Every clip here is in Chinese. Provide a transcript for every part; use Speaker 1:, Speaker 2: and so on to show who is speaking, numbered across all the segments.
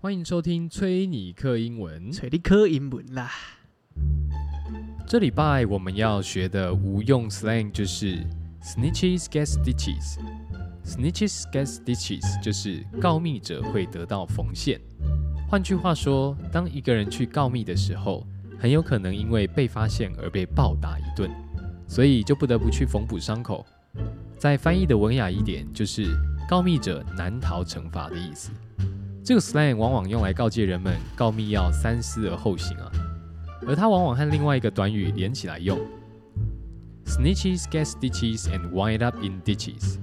Speaker 1: 欢迎收听崔尼克英文。
Speaker 2: 找你考英文啦。
Speaker 1: 这礼拜我们要学的无用 slang 就是 snitches get stitches。snitches get stitches 就是告密者会得到缝线。换句话说，当一个人去告密的时候，很有可能因为被发现而被暴打一顿，所以就不得不去缝补伤口。再翻译的文雅一点，就是告密者难逃惩罚的意思。这个 slang 往往用来告诫人们告密要三思而后行啊。而它往往和另外一个短语连起来用，snitches get stitches and wind up in ditches，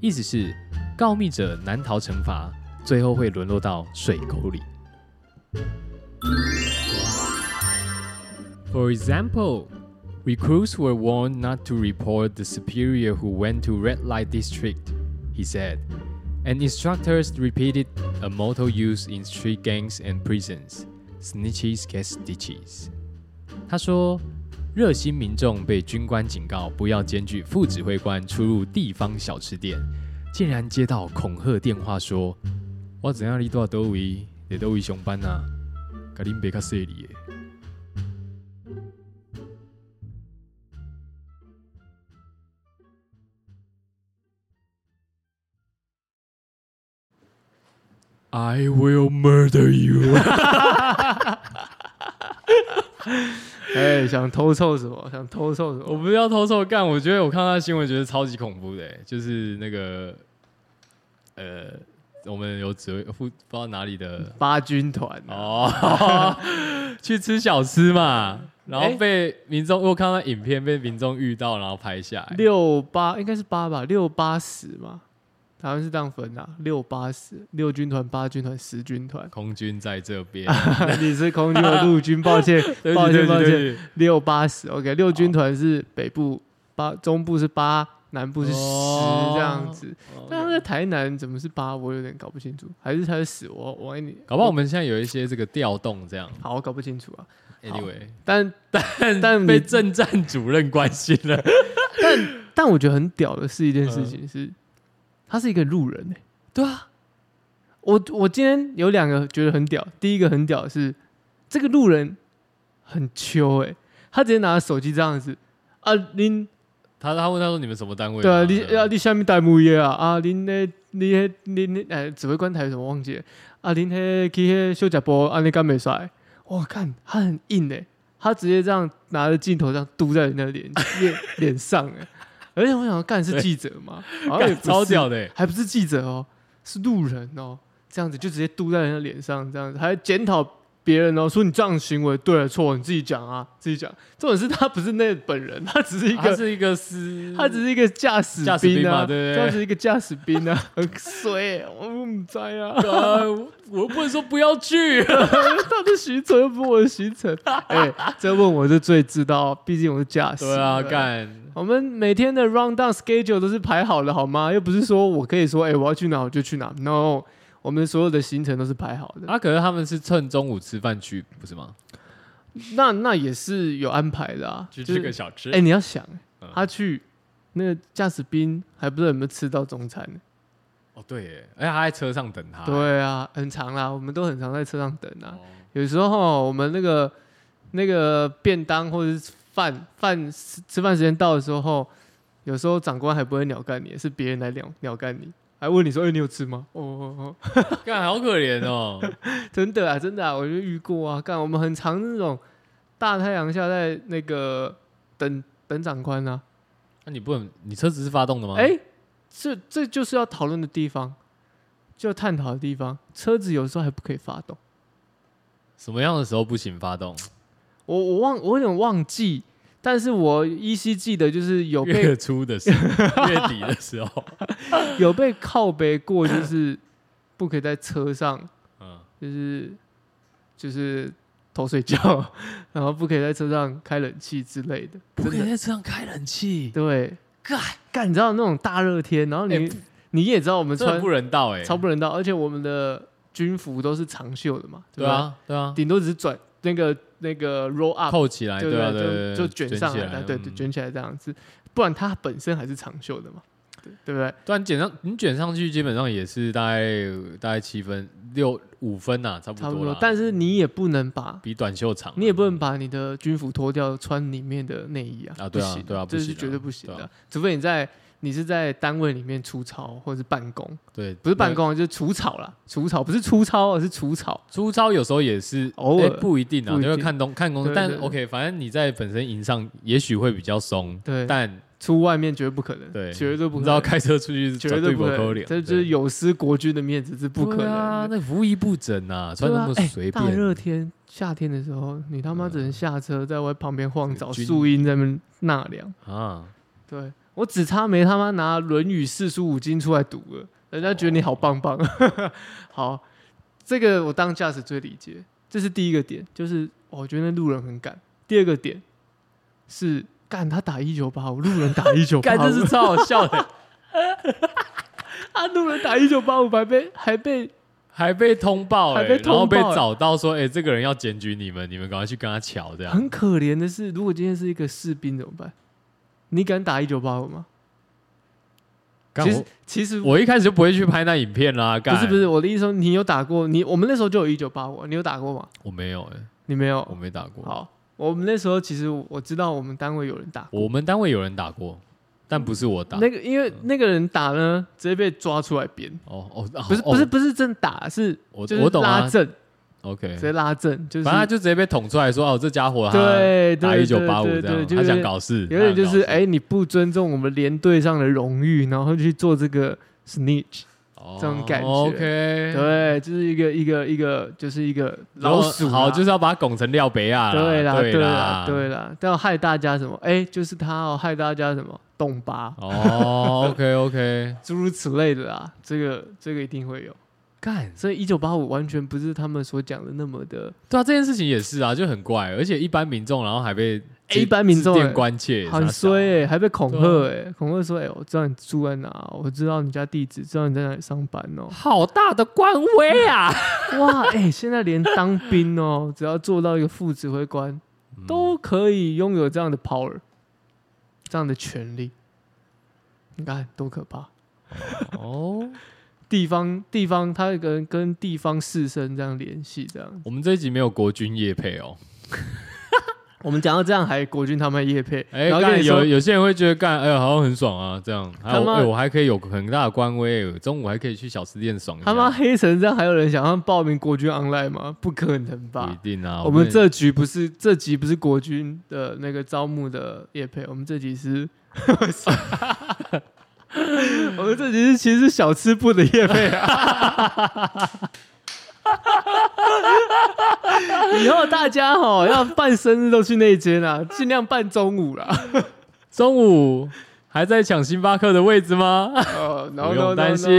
Speaker 1: 意思是告密者难逃惩罚，最后会沦落到水沟里。For example, recruits were warned not to report the superior who went to red light district, he said, and instructors repeated a motto used in street gangs and prisons. Snitches get stitches。他说，热心民众被军官警告不要检举副指挥官出入地方小吃店，竟然接到恐吓电话说：“我怎样你到都位，你都位上班啊，甲恁别较细里耶。”I will murder you
Speaker 2: 哎、想偷凑什么？想偷凑什
Speaker 1: 我
Speaker 2: 么？
Speaker 1: 不是要偷偷干，我觉得我看到新闻觉得超级恐怖的欸、就是那个呃，我们有指挥副不知道哪里的
Speaker 2: 八军团、啊、
Speaker 1: 哦， 去吃小吃嘛，然后
Speaker 2: 欸
Speaker 1: 被民众、我看到影片被民众遇到，然后拍下来。。
Speaker 2: 六八应该是八吧，六八十嘛，台湾是这样分的、啊，六八十，六军团、八军团、十军团
Speaker 1: 空军在这边，
Speaker 2: 你是空军和陆军，抱 歉，
Speaker 1: 对不
Speaker 2: 抱
Speaker 1: 起对
Speaker 2: 歉，
Speaker 1: 不
Speaker 2: 抱
Speaker 1: 起
Speaker 2: 歉，
Speaker 1: 对不起，
Speaker 2: 六八十，OK，六军团是北部八，中部是八，南部是十、
Speaker 1: 哦
Speaker 2: 这样子。但
Speaker 1: 哦
Speaker 2: 他在台南怎么是八？我有点搞不清楚，还是他是十？我我你
Speaker 1: 搞不好我们现在有一些这个调动，这样
Speaker 2: 好，我搞不清楚啊。
Speaker 1: anyway，
Speaker 2: 但
Speaker 1: 但
Speaker 2: 但
Speaker 1: 被
Speaker 2: 嗯你
Speaker 1: 政战主任关心了，
Speaker 2: 但我觉得很屌的是一件事情是，他是一个路人哎、
Speaker 1: 嗯对啊，
Speaker 2: 我我今天有两个觉得很屌，第一个很屌的是这个路人很秋哎、他直接拿着手机这样子啊，您
Speaker 1: 他他问他说你们什么单位吗？
Speaker 2: 对啊，你
Speaker 1: 这样
Speaker 2: 啊你下面带木叶啊啊，您那你那您那哎指挥官台有什么忘记了啊？您那去那修甲波啊，你干没帅？我看他很硬哎、他直接这样拿着镜头这样嘟在人家脸脸脸上哎、而且我想说干是记者吗？好像也
Speaker 1: 干
Speaker 2: 不
Speaker 1: 超
Speaker 2: 是
Speaker 1: 屌的欸，
Speaker 2: 还不是记者哦，是路人哦，这样子就直接嘟在人家脸上，这样子还检讨别人哦，说你这样的行为对了错，你自己讲啊，自己讲。重点是他不是那本人，他只是一
Speaker 1: 啊他
Speaker 2: 个，
Speaker 1: 是一个司，
Speaker 2: 他只是一个驾驶
Speaker 1: 驾驶
Speaker 2: 兵
Speaker 1: 兵嘛
Speaker 2: 啊，
Speaker 1: 对不对
Speaker 2: 他只是一个驾驶兵 啊，很衰、欸，我唔知啊，
Speaker 1: 呃，我我不能说不要 去，啊
Speaker 2: 他的行程又不是我的 行程，哎、这问我是最知道，毕竟我是驾驶。
Speaker 1: 对啊，。干，
Speaker 2: 我们每天的 round down schedule 都是排好的，好吗？又不是说我可以说，哎、我要去哪我就去哪。No，我们所有的行程都是排好的。
Speaker 1: 啊，可是他们是趁中午吃饭去，不是吗？
Speaker 2: 那那也是有安排的啊，
Speaker 1: 去
Speaker 2: 就
Speaker 1: 吃
Speaker 2: 是
Speaker 1: 个小吃
Speaker 2: 哎、，你要想
Speaker 1: 嗯，
Speaker 2: 他去那个驾驶兵还不知道有没有吃到中餐呢、
Speaker 1: 哦对耶，而且他在车上等他，
Speaker 2: 对啊，很长啦，我们都很常在车上等啊。
Speaker 1: 哎哦，
Speaker 2: 有时候吼我们那个那个便当或者是饭饭吃吃饭时间到的时候吼，有时候长官还不会鸟干你，是别人来鸟鸟干你，还问你说：“哎、你有吃吗？”哦哦哦，
Speaker 1: 干好可怜哦，
Speaker 2: 真的啊，真的啊，我就遇过啊。干，我们很常那种大太阳下在那个等等长官啊。
Speaker 1: 那你不能，你车子是发动的吗？
Speaker 2: 哎、这这就是要讨论的地方，就探讨的地方。车子有时候还不可以发动，
Speaker 1: 什么样的时候不行发动？
Speaker 2: 我我忘我有点忘记，但是我依稀记得就是有被
Speaker 1: 月初的时 候，月底的时候，
Speaker 2: 有被靠背过，就是不可以在车上，
Speaker 1: 嗯，
Speaker 2: 就是就是偷睡觉， 然后不可以在车上开冷气之类的。
Speaker 1: 不可以
Speaker 2: 真的
Speaker 1: 在车上开冷气，
Speaker 2: 对，
Speaker 1: 干，
Speaker 2: 干你知道那种大热天，然后你、
Speaker 1: 哎
Speaker 2: 你也知道我们
Speaker 1: 这很
Speaker 2: 穿
Speaker 1: 不人道哎，
Speaker 2: 超不人道，而且我们的军服都是长袖的嘛，
Speaker 1: 对
Speaker 2: 吧？
Speaker 1: 啊，对啊，
Speaker 2: 顶多只是转那个那个 roll up，
Speaker 1: 扣起来，
Speaker 2: 对
Speaker 1: 对啊，
Speaker 2: 不
Speaker 1: 对
Speaker 2: 对
Speaker 1: 对，
Speaker 2: 就
Speaker 1: 对
Speaker 2: 就卷上
Speaker 1: 起
Speaker 2: 来，对对，
Speaker 1: 嗯
Speaker 2: 卷起来这样子，不然它本身还是长袖的嘛。对不对？
Speaker 1: 对啊，你卷上你卷上去，基本上也是大概大概七分六五分呐、差不
Speaker 2: 差
Speaker 1: 多啦。嗯
Speaker 2: 不多，但是你也不能把
Speaker 1: 比短袖长啊，
Speaker 2: 你也不能把你的军服脱掉穿里面的内衣啊
Speaker 1: 啊对啊
Speaker 2: 不行
Speaker 1: 对啊不
Speaker 2: 这是
Speaker 1: 行啊
Speaker 2: 绝对不行
Speaker 1: 对
Speaker 2: 的
Speaker 1: 啊，
Speaker 2: 除非你在你是在单位里面出操或者是办公，
Speaker 1: 对，
Speaker 2: 不是办公啊就是除草啦，除草不是出操，而是除草。
Speaker 1: 粗糙有时候也是
Speaker 2: 偶尔
Speaker 1: 诶不一定啊，
Speaker 2: 不一
Speaker 1: 因
Speaker 2: 定
Speaker 1: 为看东看公司
Speaker 2: 对，
Speaker 1: 但
Speaker 2: 对对
Speaker 1: OK，反正你在本身营上也许会比较松，
Speaker 2: 对，
Speaker 1: 但
Speaker 2: 出外面绝对不可能，
Speaker 1: 对
Speaker 2: 绝对不
Speaker 1: 你
Speaker 2: 可
Speaker 1: 知道
Speaker 2: 能，
Speaker 1: 开车出去
Speaker 2: 绝
Speaker 1: 绝
Speaker 2: 对
Speaker 1: 不
Speaker 2: 不
Speaker 1: 可
Speaker 2: 可能，
Speaker 1: 能，
Speaker 2: 这就是有失国军的面子，是不可
Speaker 1: 对啊
Speaker 2: 能，的。
Speaker 1: 那服役不整啊，穿
Speaker 2: 对
Speaker 1: 那
Speaker 2: 啊
Speaker 1: 么
Speaker 2: 哎
Speaker 1: 随
Speaker 2: 大
Speaker 1: 便，
Speaker 2: 热天、夏天的时候，你他妈只能下车在外旁边晃，找
Speaker 1: 军
Speaker 2: 树荫在那边纳凉。
Speaker 1: 啊，
Speaker 2: 对我只差没他妈拿《论语》四书五经出来读了，人家觉得你好棒 棒。好，这个我当驾驶最理解，这是第一个点，就是哦我觉得那路人很敢。第二个点是干他打一九八五，路人打一九八
Speaker 1: 干
Speaker 2: 五，
Speaker 1: 这是超好笑的，
Speaker 2: 啊，路人打一九八五，还被还被
Speaker 1: 还被通报哎，
Speaker 2: 还被
Speaker 1: 然后
Speaker 2: 通
Speaker 1: 被
Speaker 2: 报欸
Speaker 1: 找到说哎，这个人要检举你们，你们赶快去跟他瞧这样。
Speaker 2: 很可怜的是，如果今天是一个士兵怎么办？你敢打一九八五吗？
Speaker 1: 干
Speaker 2: 其实
Speaker 1: 我
Speaker 2: 其实
Speaker 1: 我一开始就不会去拍那影片啦，
Speaker 2: 不
Speaker 1: 干
Speaker 2: 是不，是，我的意思说，你有打过你？我们那时候就有一九八五，你有打过吗？
Speaker 1: 我没有哎，
Speaker 2: 你没有
Speaker 1: 我，没打过，
Speaker 2: 好，我们那时候其实我知道我们单位有人打，
Speaker 1: 我们单位有人打过，但不是我打。嗯
Speaker 2: 那个因为那个人打呢，直接被抓出来编，
Speaker 1: 哦哦，哦
Speaker 2: 不是
Speaker 1: 哦
Speaker 2: 不是不是真打，是
Speaker 1: 我
Speaker 2: 就是
Speaker 1: 我懂啊
Speaker 2: 拉正，
Speaker 1: ，OK，
Speaker 2: 直接拉正，就是
Speaker 1: 反正他就直接被捅出来说哦，这家伙他
Speaker 2: 对对
Speaker 1: 打一
Speaker 2: 对
Speaker 1: 九八五
Speaker 2: 对
Speaker 1: 这样，
Speaker 2: 对，就
Speaker 1: 他
Speaker 2: 是
Speaker 1: 想搞事，
Speaker 2: 有
Speaker 1: 他
Speaker 2: 点
Speaker 1: 想
Speaker 2: 就
Speaker 1: 搞
Speaker 2: 是
Speaker 1: 事
Speaker 2: 哎，你不尊重我们连队上的荣誉，然后去做这个 snitch，
Speaker 1: 哦
Speaker 2: 这种感觉
Speaker 1: OK，对，
Speaker 2: 对，就是一个一个一个就是一个
Speaker 1: 然后
Speaker 2: 老鼠啊啦，
Speaker 1: 好就是要把他拱成廖北亚啦，
Speaker 2: 对啦
Speaker 1: 啊对
Speaker 2: 对啦对啦，但要害大家什么？哎，就是他哦，害大家什么？动八，
Speaker 1: 哦，OK OK，
Speaker 2: 诸如此类的啦，这个这个一定会有。
Speaker 1: 干，
Speaker 2: 所以一九八五完全不是他们所讲的那么的，
Speaker 1: 对啊，这件事情也是啊，就很怪，而且一般民众然后还被
Speaker 2: 哎一般民众
Speaker 1: 致电关切，
Speaker 2: 很衰
Speaker 1: 傻小
Speaker 2: 哎、还被恐吓哎、恐吓说哎、我知道你住在哪，我知道你家地址，知道你在哪里上班 哦、
Speaker 1: 好大的官威啊，
Speaker 2: 哇哎、现在连当兵哦、只要做到一个副指挥官，都可以拥有这样的 power，这样的权利，你看多可怕！
Speaker 1: 哦。
Speaker 2: 地方地方，他跟跟地方士绅这样联系，这样
Speaker 1: 我们这一集没有国军夜配哦，
Speaker 2: 我们讲到这样，还国军他们叶配，
Speaker 1: 哎、
Speaker 2: 然后跟
Speaker 1: 干
Speaker 2: 你说
Speaker 1: 有有些人会觉得干，哎呀，好像很爽啊，这样，还有、
Speaker 2: 他妈
Speaker 1: 哎我还可以有很大的官威，中午还可以去小吃店爽一下。
Speaker 2: 他妈黑成这样，还有人想要报名国军 online 吗？不可能
Speaker 1: 不一
Speaker 2: 吧！
Speaker 1: 定啊，
Speaker 2: 我们这局不是这集不是国军的那个招募的叶配，我们这集是， 我们这集是其实是小吃部的叶配啊。 以后大家哦要办生日都去那一间 啊，尽量办中午啦。
Speaker 1: 中午还在抢星巴克的位置 吗？
Speaker 2: 呃，
Speaker 1: 不用担心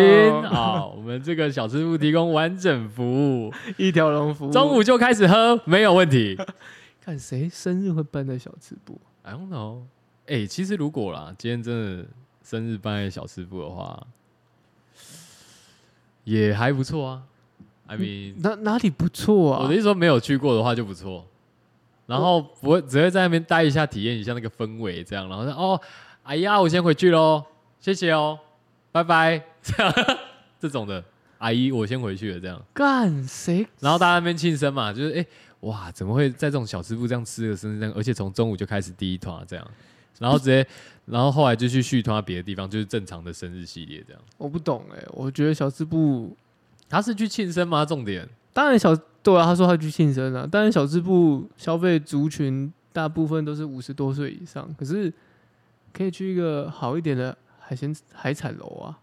Speaker 1: 啊，我们这个小吃部提供完整服务，
Speaker 2: 一条龙服务。
Speaker 1: 中午就开始喝没有问题。
Speaker 2: 看谁生日会办在小吃部？
Speaker 1: I don't know，哎、其实如果啦，今天真的生日办在小吃部的话，也还不错啊。I mean，
Speaker 2: 哪哪里不错啊？
Speaker 1: 我的意思说，没有去过的话就不错，然后不会只会在那边待一下，体验一下那个氛围，这样，然后说哦，哎呀，我先回去喽，谢谢哦，拜拜， 这样这种的，阿姨，我先回去了，这样，
Speaker 2: 干谁？
Speaker 1: 然后大家在那边庆生嘛，就是哎、哇，怎么会在这种小吃部这样吃个生日蛋糕，而且从中午就开始第一团这样，然后直接， 然后后来就去续团别的地方，就是正常的生日系列这样，
Speaker 2: 我不懂哎、我觉得小吃部，
Speaker 1: 他是去庆生吗？重点
Speaker 2: 当然小对啊，他说他去庆生啊，当然小吃部消费族群大部分都是五十多岁以上，可是可以去一个好一点的海鲜海产楼啊，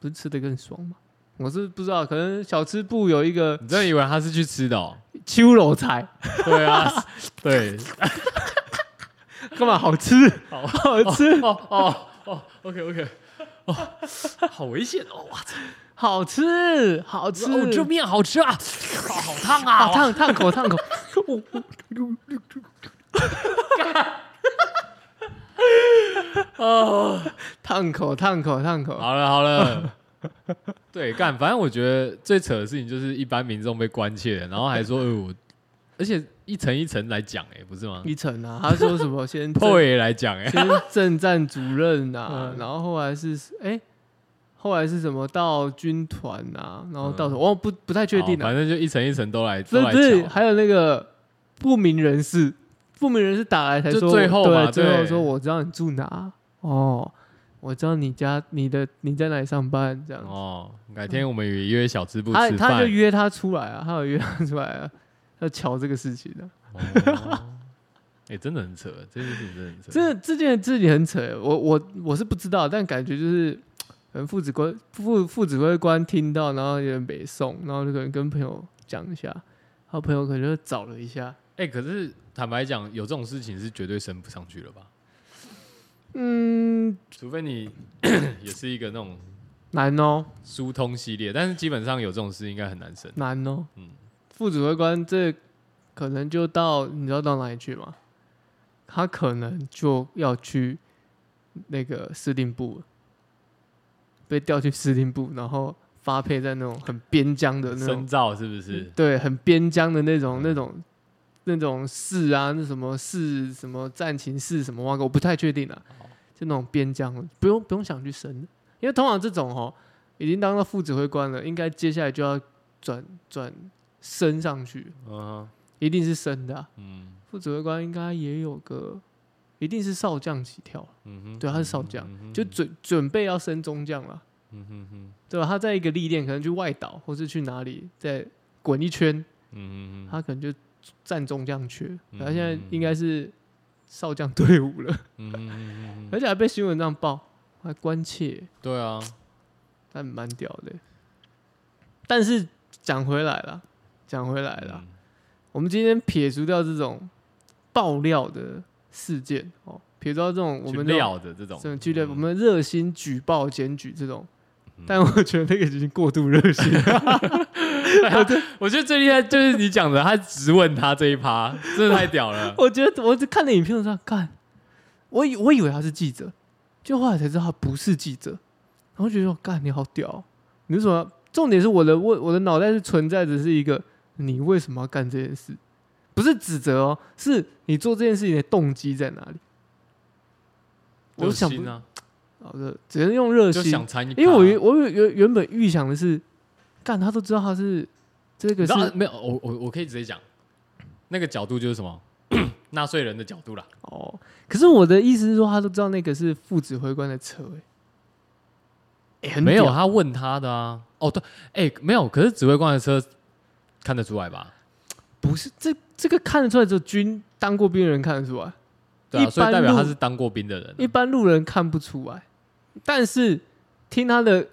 Speaker 2: 不是吃的更爽吗？我是不知道，可能小吃部有一个
Speaker 1: 你真的以为他是去吃的、哦？
Speaker 2: 秋楼菜，
Speaker 1: 对啊，对，
Speaker 2: 干嘛好吃？
Speaker 1: 好
Speaker 2: 好吃，
Speaker 1: 哦哦哦，OK OK，哦，好危险哦！哇，
Speaker 2: 好吃，好吃！
Speaker 1: 哦，这面好吃啊，哦好烫
Speaker 2: 啊，
Speaker 1: 啊！
Speaker 2: 烫烫口，烫口！
Speaker 1: 哦，
Speaker 2: 烫口，烫口，烫口。
Speaker 1: 好了好了， 对，干，反正我觉得最扯的事情就是一般民众被关切，然后还说，哎、我而且一层一层来讲，哎，不是吗？
Speaker 2: 一层啊，他说什么先
Speaker 1: 破也来讲，哎，
Speaker 2: 先政战主任啊，
Speaker 1: 嗯
Speaker 2: 然后后来是哎、后来是什么到军团啊，然后
Speaker 1: 嗯
Speaker 2: 到什么，我、不不太确定
Speaker 1: 好
Speaker 2: 啊。
Speaker 1: 反正就一层一层都来，哦都
Speaker 2: 这
Speaker 1: 来
Speaker 2: 这
Speaker 1: 讲。
Speaker 2: 还有那个不明人士，不明人士打来才
Speaker 1: 就
Speaker 2: 说我，
Speaker 1: 最后嘛
Speaker 2: 对，最后
Speaker 1: 对
Speaker 2: 说我知道你住哪哦，我知道你家你的你在哪里上班这样子。
Speaker 1: 哦，改天我们也约小支部
Speaker 2: 他
Speaker 1: 吃
Speaker 2: 他就
Speaker 1: 饭。
Speaker 2: 约他出来啊，他有约他出来啊，要瞧这个事情的、啊。
Speaker 1: 哦 哎，真的很扯，这件事情真的很扯。
Speaker 2: 这这件事情很扯欸，我我我是不知道，但感觉就是，可能父子官父父子会官听到，然后有点北宋，然后就可能跟朋友讲一下，然后朋友可能就找了一下，
Speaker 1: 哎、可是坦白讲，有这种事情是绝对升不上去了吧？
Speaker 2: 嗯，
Speaker 1: 除非你 也是一个那种
Speaker 2: 难哦，
Speaker 1: 疏通系列，但是基本上有这种事应该很难升。
Speaker 2: 难哦，
Speaker 1: 嗯
Speaker 2: 父子会官这可能就到你知道到哪里去吗？他可能就要去那个司令部了，被调去司令部，然后发配在那种很边疆的那种
Speaker 1: 深造是不是？
Speaker 2: 对，很边疆的那种、那种、那种市啊，那什么市、什么战情市什么哇，我不太确定啊，
Speaker 1: 哦
Speaker 2: 就那种边疆，不用不用想去升，因为通常这种哦，已经当到副指挥官了，应该接下来就要转转升上去，
Speaker 1: 嗯
Speaker 2: 一定是升的啊、
Speaker 1: 嗯
Speaker 2: 副指挥官应该也有个，一定是少将起跳，
Speaker 1: 嗯哼，
Speaker 2: 对他是少将
Speaker 1: 嗯哼
Speaker 2: 就准准备要升中将了。
Speaker 1: 嗯哼哼，
Speaker 2: 对啊吧？他在一个历练，可能去外岛，或是去哪里，再滚一圈，
Speaker 1: 嗯哼哼，
Speaker 2: 他可能就占中将缺，啊
Speaker 1: 嗯
Speaker 2: 他现在应该是少将队伍了，
Speaker 1: 嗯哼哼哼，
Speaker 2: 而且还被新闻这样报，还关切，
Speaker 1: 对啊，
Speaker 2: 但蛮屌的。但是讲回来了，讲回来了，我们今天撇除掉这种爆料的事件哦，撇除掉这种
Speaker 1: 嗯，
Speaker 2: 我
Speaker 1: 我
Speaker 2: 们
Speaker 1: 们
Speaker 2: 这种
Speaker 1: 料的这种，
Speaker 2: 这种剧烈，
Speaker 1: 嗯
Speaker 2: 我们热心举报、检举这种
Speaker 1: 嗯。
Speaker 2: 但我觉得那个已经过度热心了，
Speaker 1: 我觉得最厉害就是你讲的，他直问他这一趴，真的太屌了。
Speaker 2: 我觉得我只看了影片的时候，干，我以我以为他是记者，就后来才知道他不是记者，然后觉得说干你好屌哦、你为什么？重点是我的我我的脑袋是存在着是一个你为什么要干这件事，不是指责哦，是你做这件事情的动机在哪里？我
Speaker 1: 热
Speaker 2: 想不
Speaker 1: 心啊，
Speaker 2: 好的，只能用热
Speaker 1: 就
Speaker 2: 心，
Speaker 1: 想参与，啊
Speaker 2: 因为我原我原原原本预想的是，干他都知道他是这个
Speaker 1: 你
Speaker 2: 是
Speaker 1: 知道啊没有？我我我可以直接讲，那个角度就是什么 纳税人的角度啦。
Speaker 2: 哦，可是我的意思是说，他都知道那个是副指挥官的车、欸，哎、很
Speaker 1: 没有，
Speaker 2: 屌
Speaker 1: 他问他的啊。哦，对，哎、没有。可是指挥官的车看得出来吧？
Speaker 2: 不是这这个看得出来，只有军当过兵的人看得出来，
Speaker 1: 对啊，
Speaker 2: 一般
Speaker 1: 所以代表
Speaker 2: 路
Speaker 1: 他是当过兵的人啊、
Speaker 2: 一般路人看不出来。但是听他的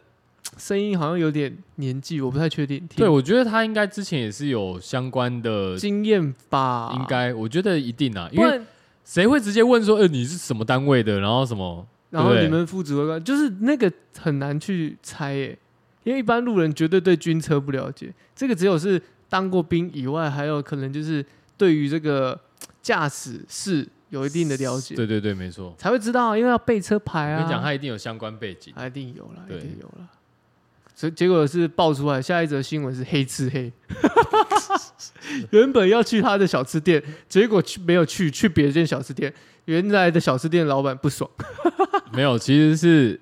Speaker 2: 声音好像有点年纪，我不太确定，
Speaker 1: 对，
Speaker 2: 听
Speaker 1: 我觉得他应该之前也是有相关的，
Speaker 2: 经验吧，
Speaker 1: 应，该我觉得一定啊，因
Speaker 2: 啊
Speaker 1: 为
Speaker 2: 不然
Speaker 1: 谁会直接问说，呃，你是什么单位的，然后什么？
Speaker 2: 然后
Speaker 1: 对不对
Speaker 2: 你们副指挥官就是那个很难去猜耶、因为一般路人绝对对军车不了解，这个只有是当过兵以外，还有可能就是对于这个嘖驾驶是有一定的了解，
Speaker 1: 对对对，没错。
Speaker 2: 才会知道啊，因为要备车牌
Speaker 1: 我
Speaker 2: 啊。
Speaker 1: 跟你讲，他一定有相关背景。
Speaker 2: 他一定有啦，
Speaker 1: 对
Speaker 2: 一定有啦。所以结果是爆出来，下一则新闻是黑吃黑。 原本要去他的小吃店，结果去没有去，去别间小吃店。原来的小吃店老板不爽，
Speaker 1: 没有，其实是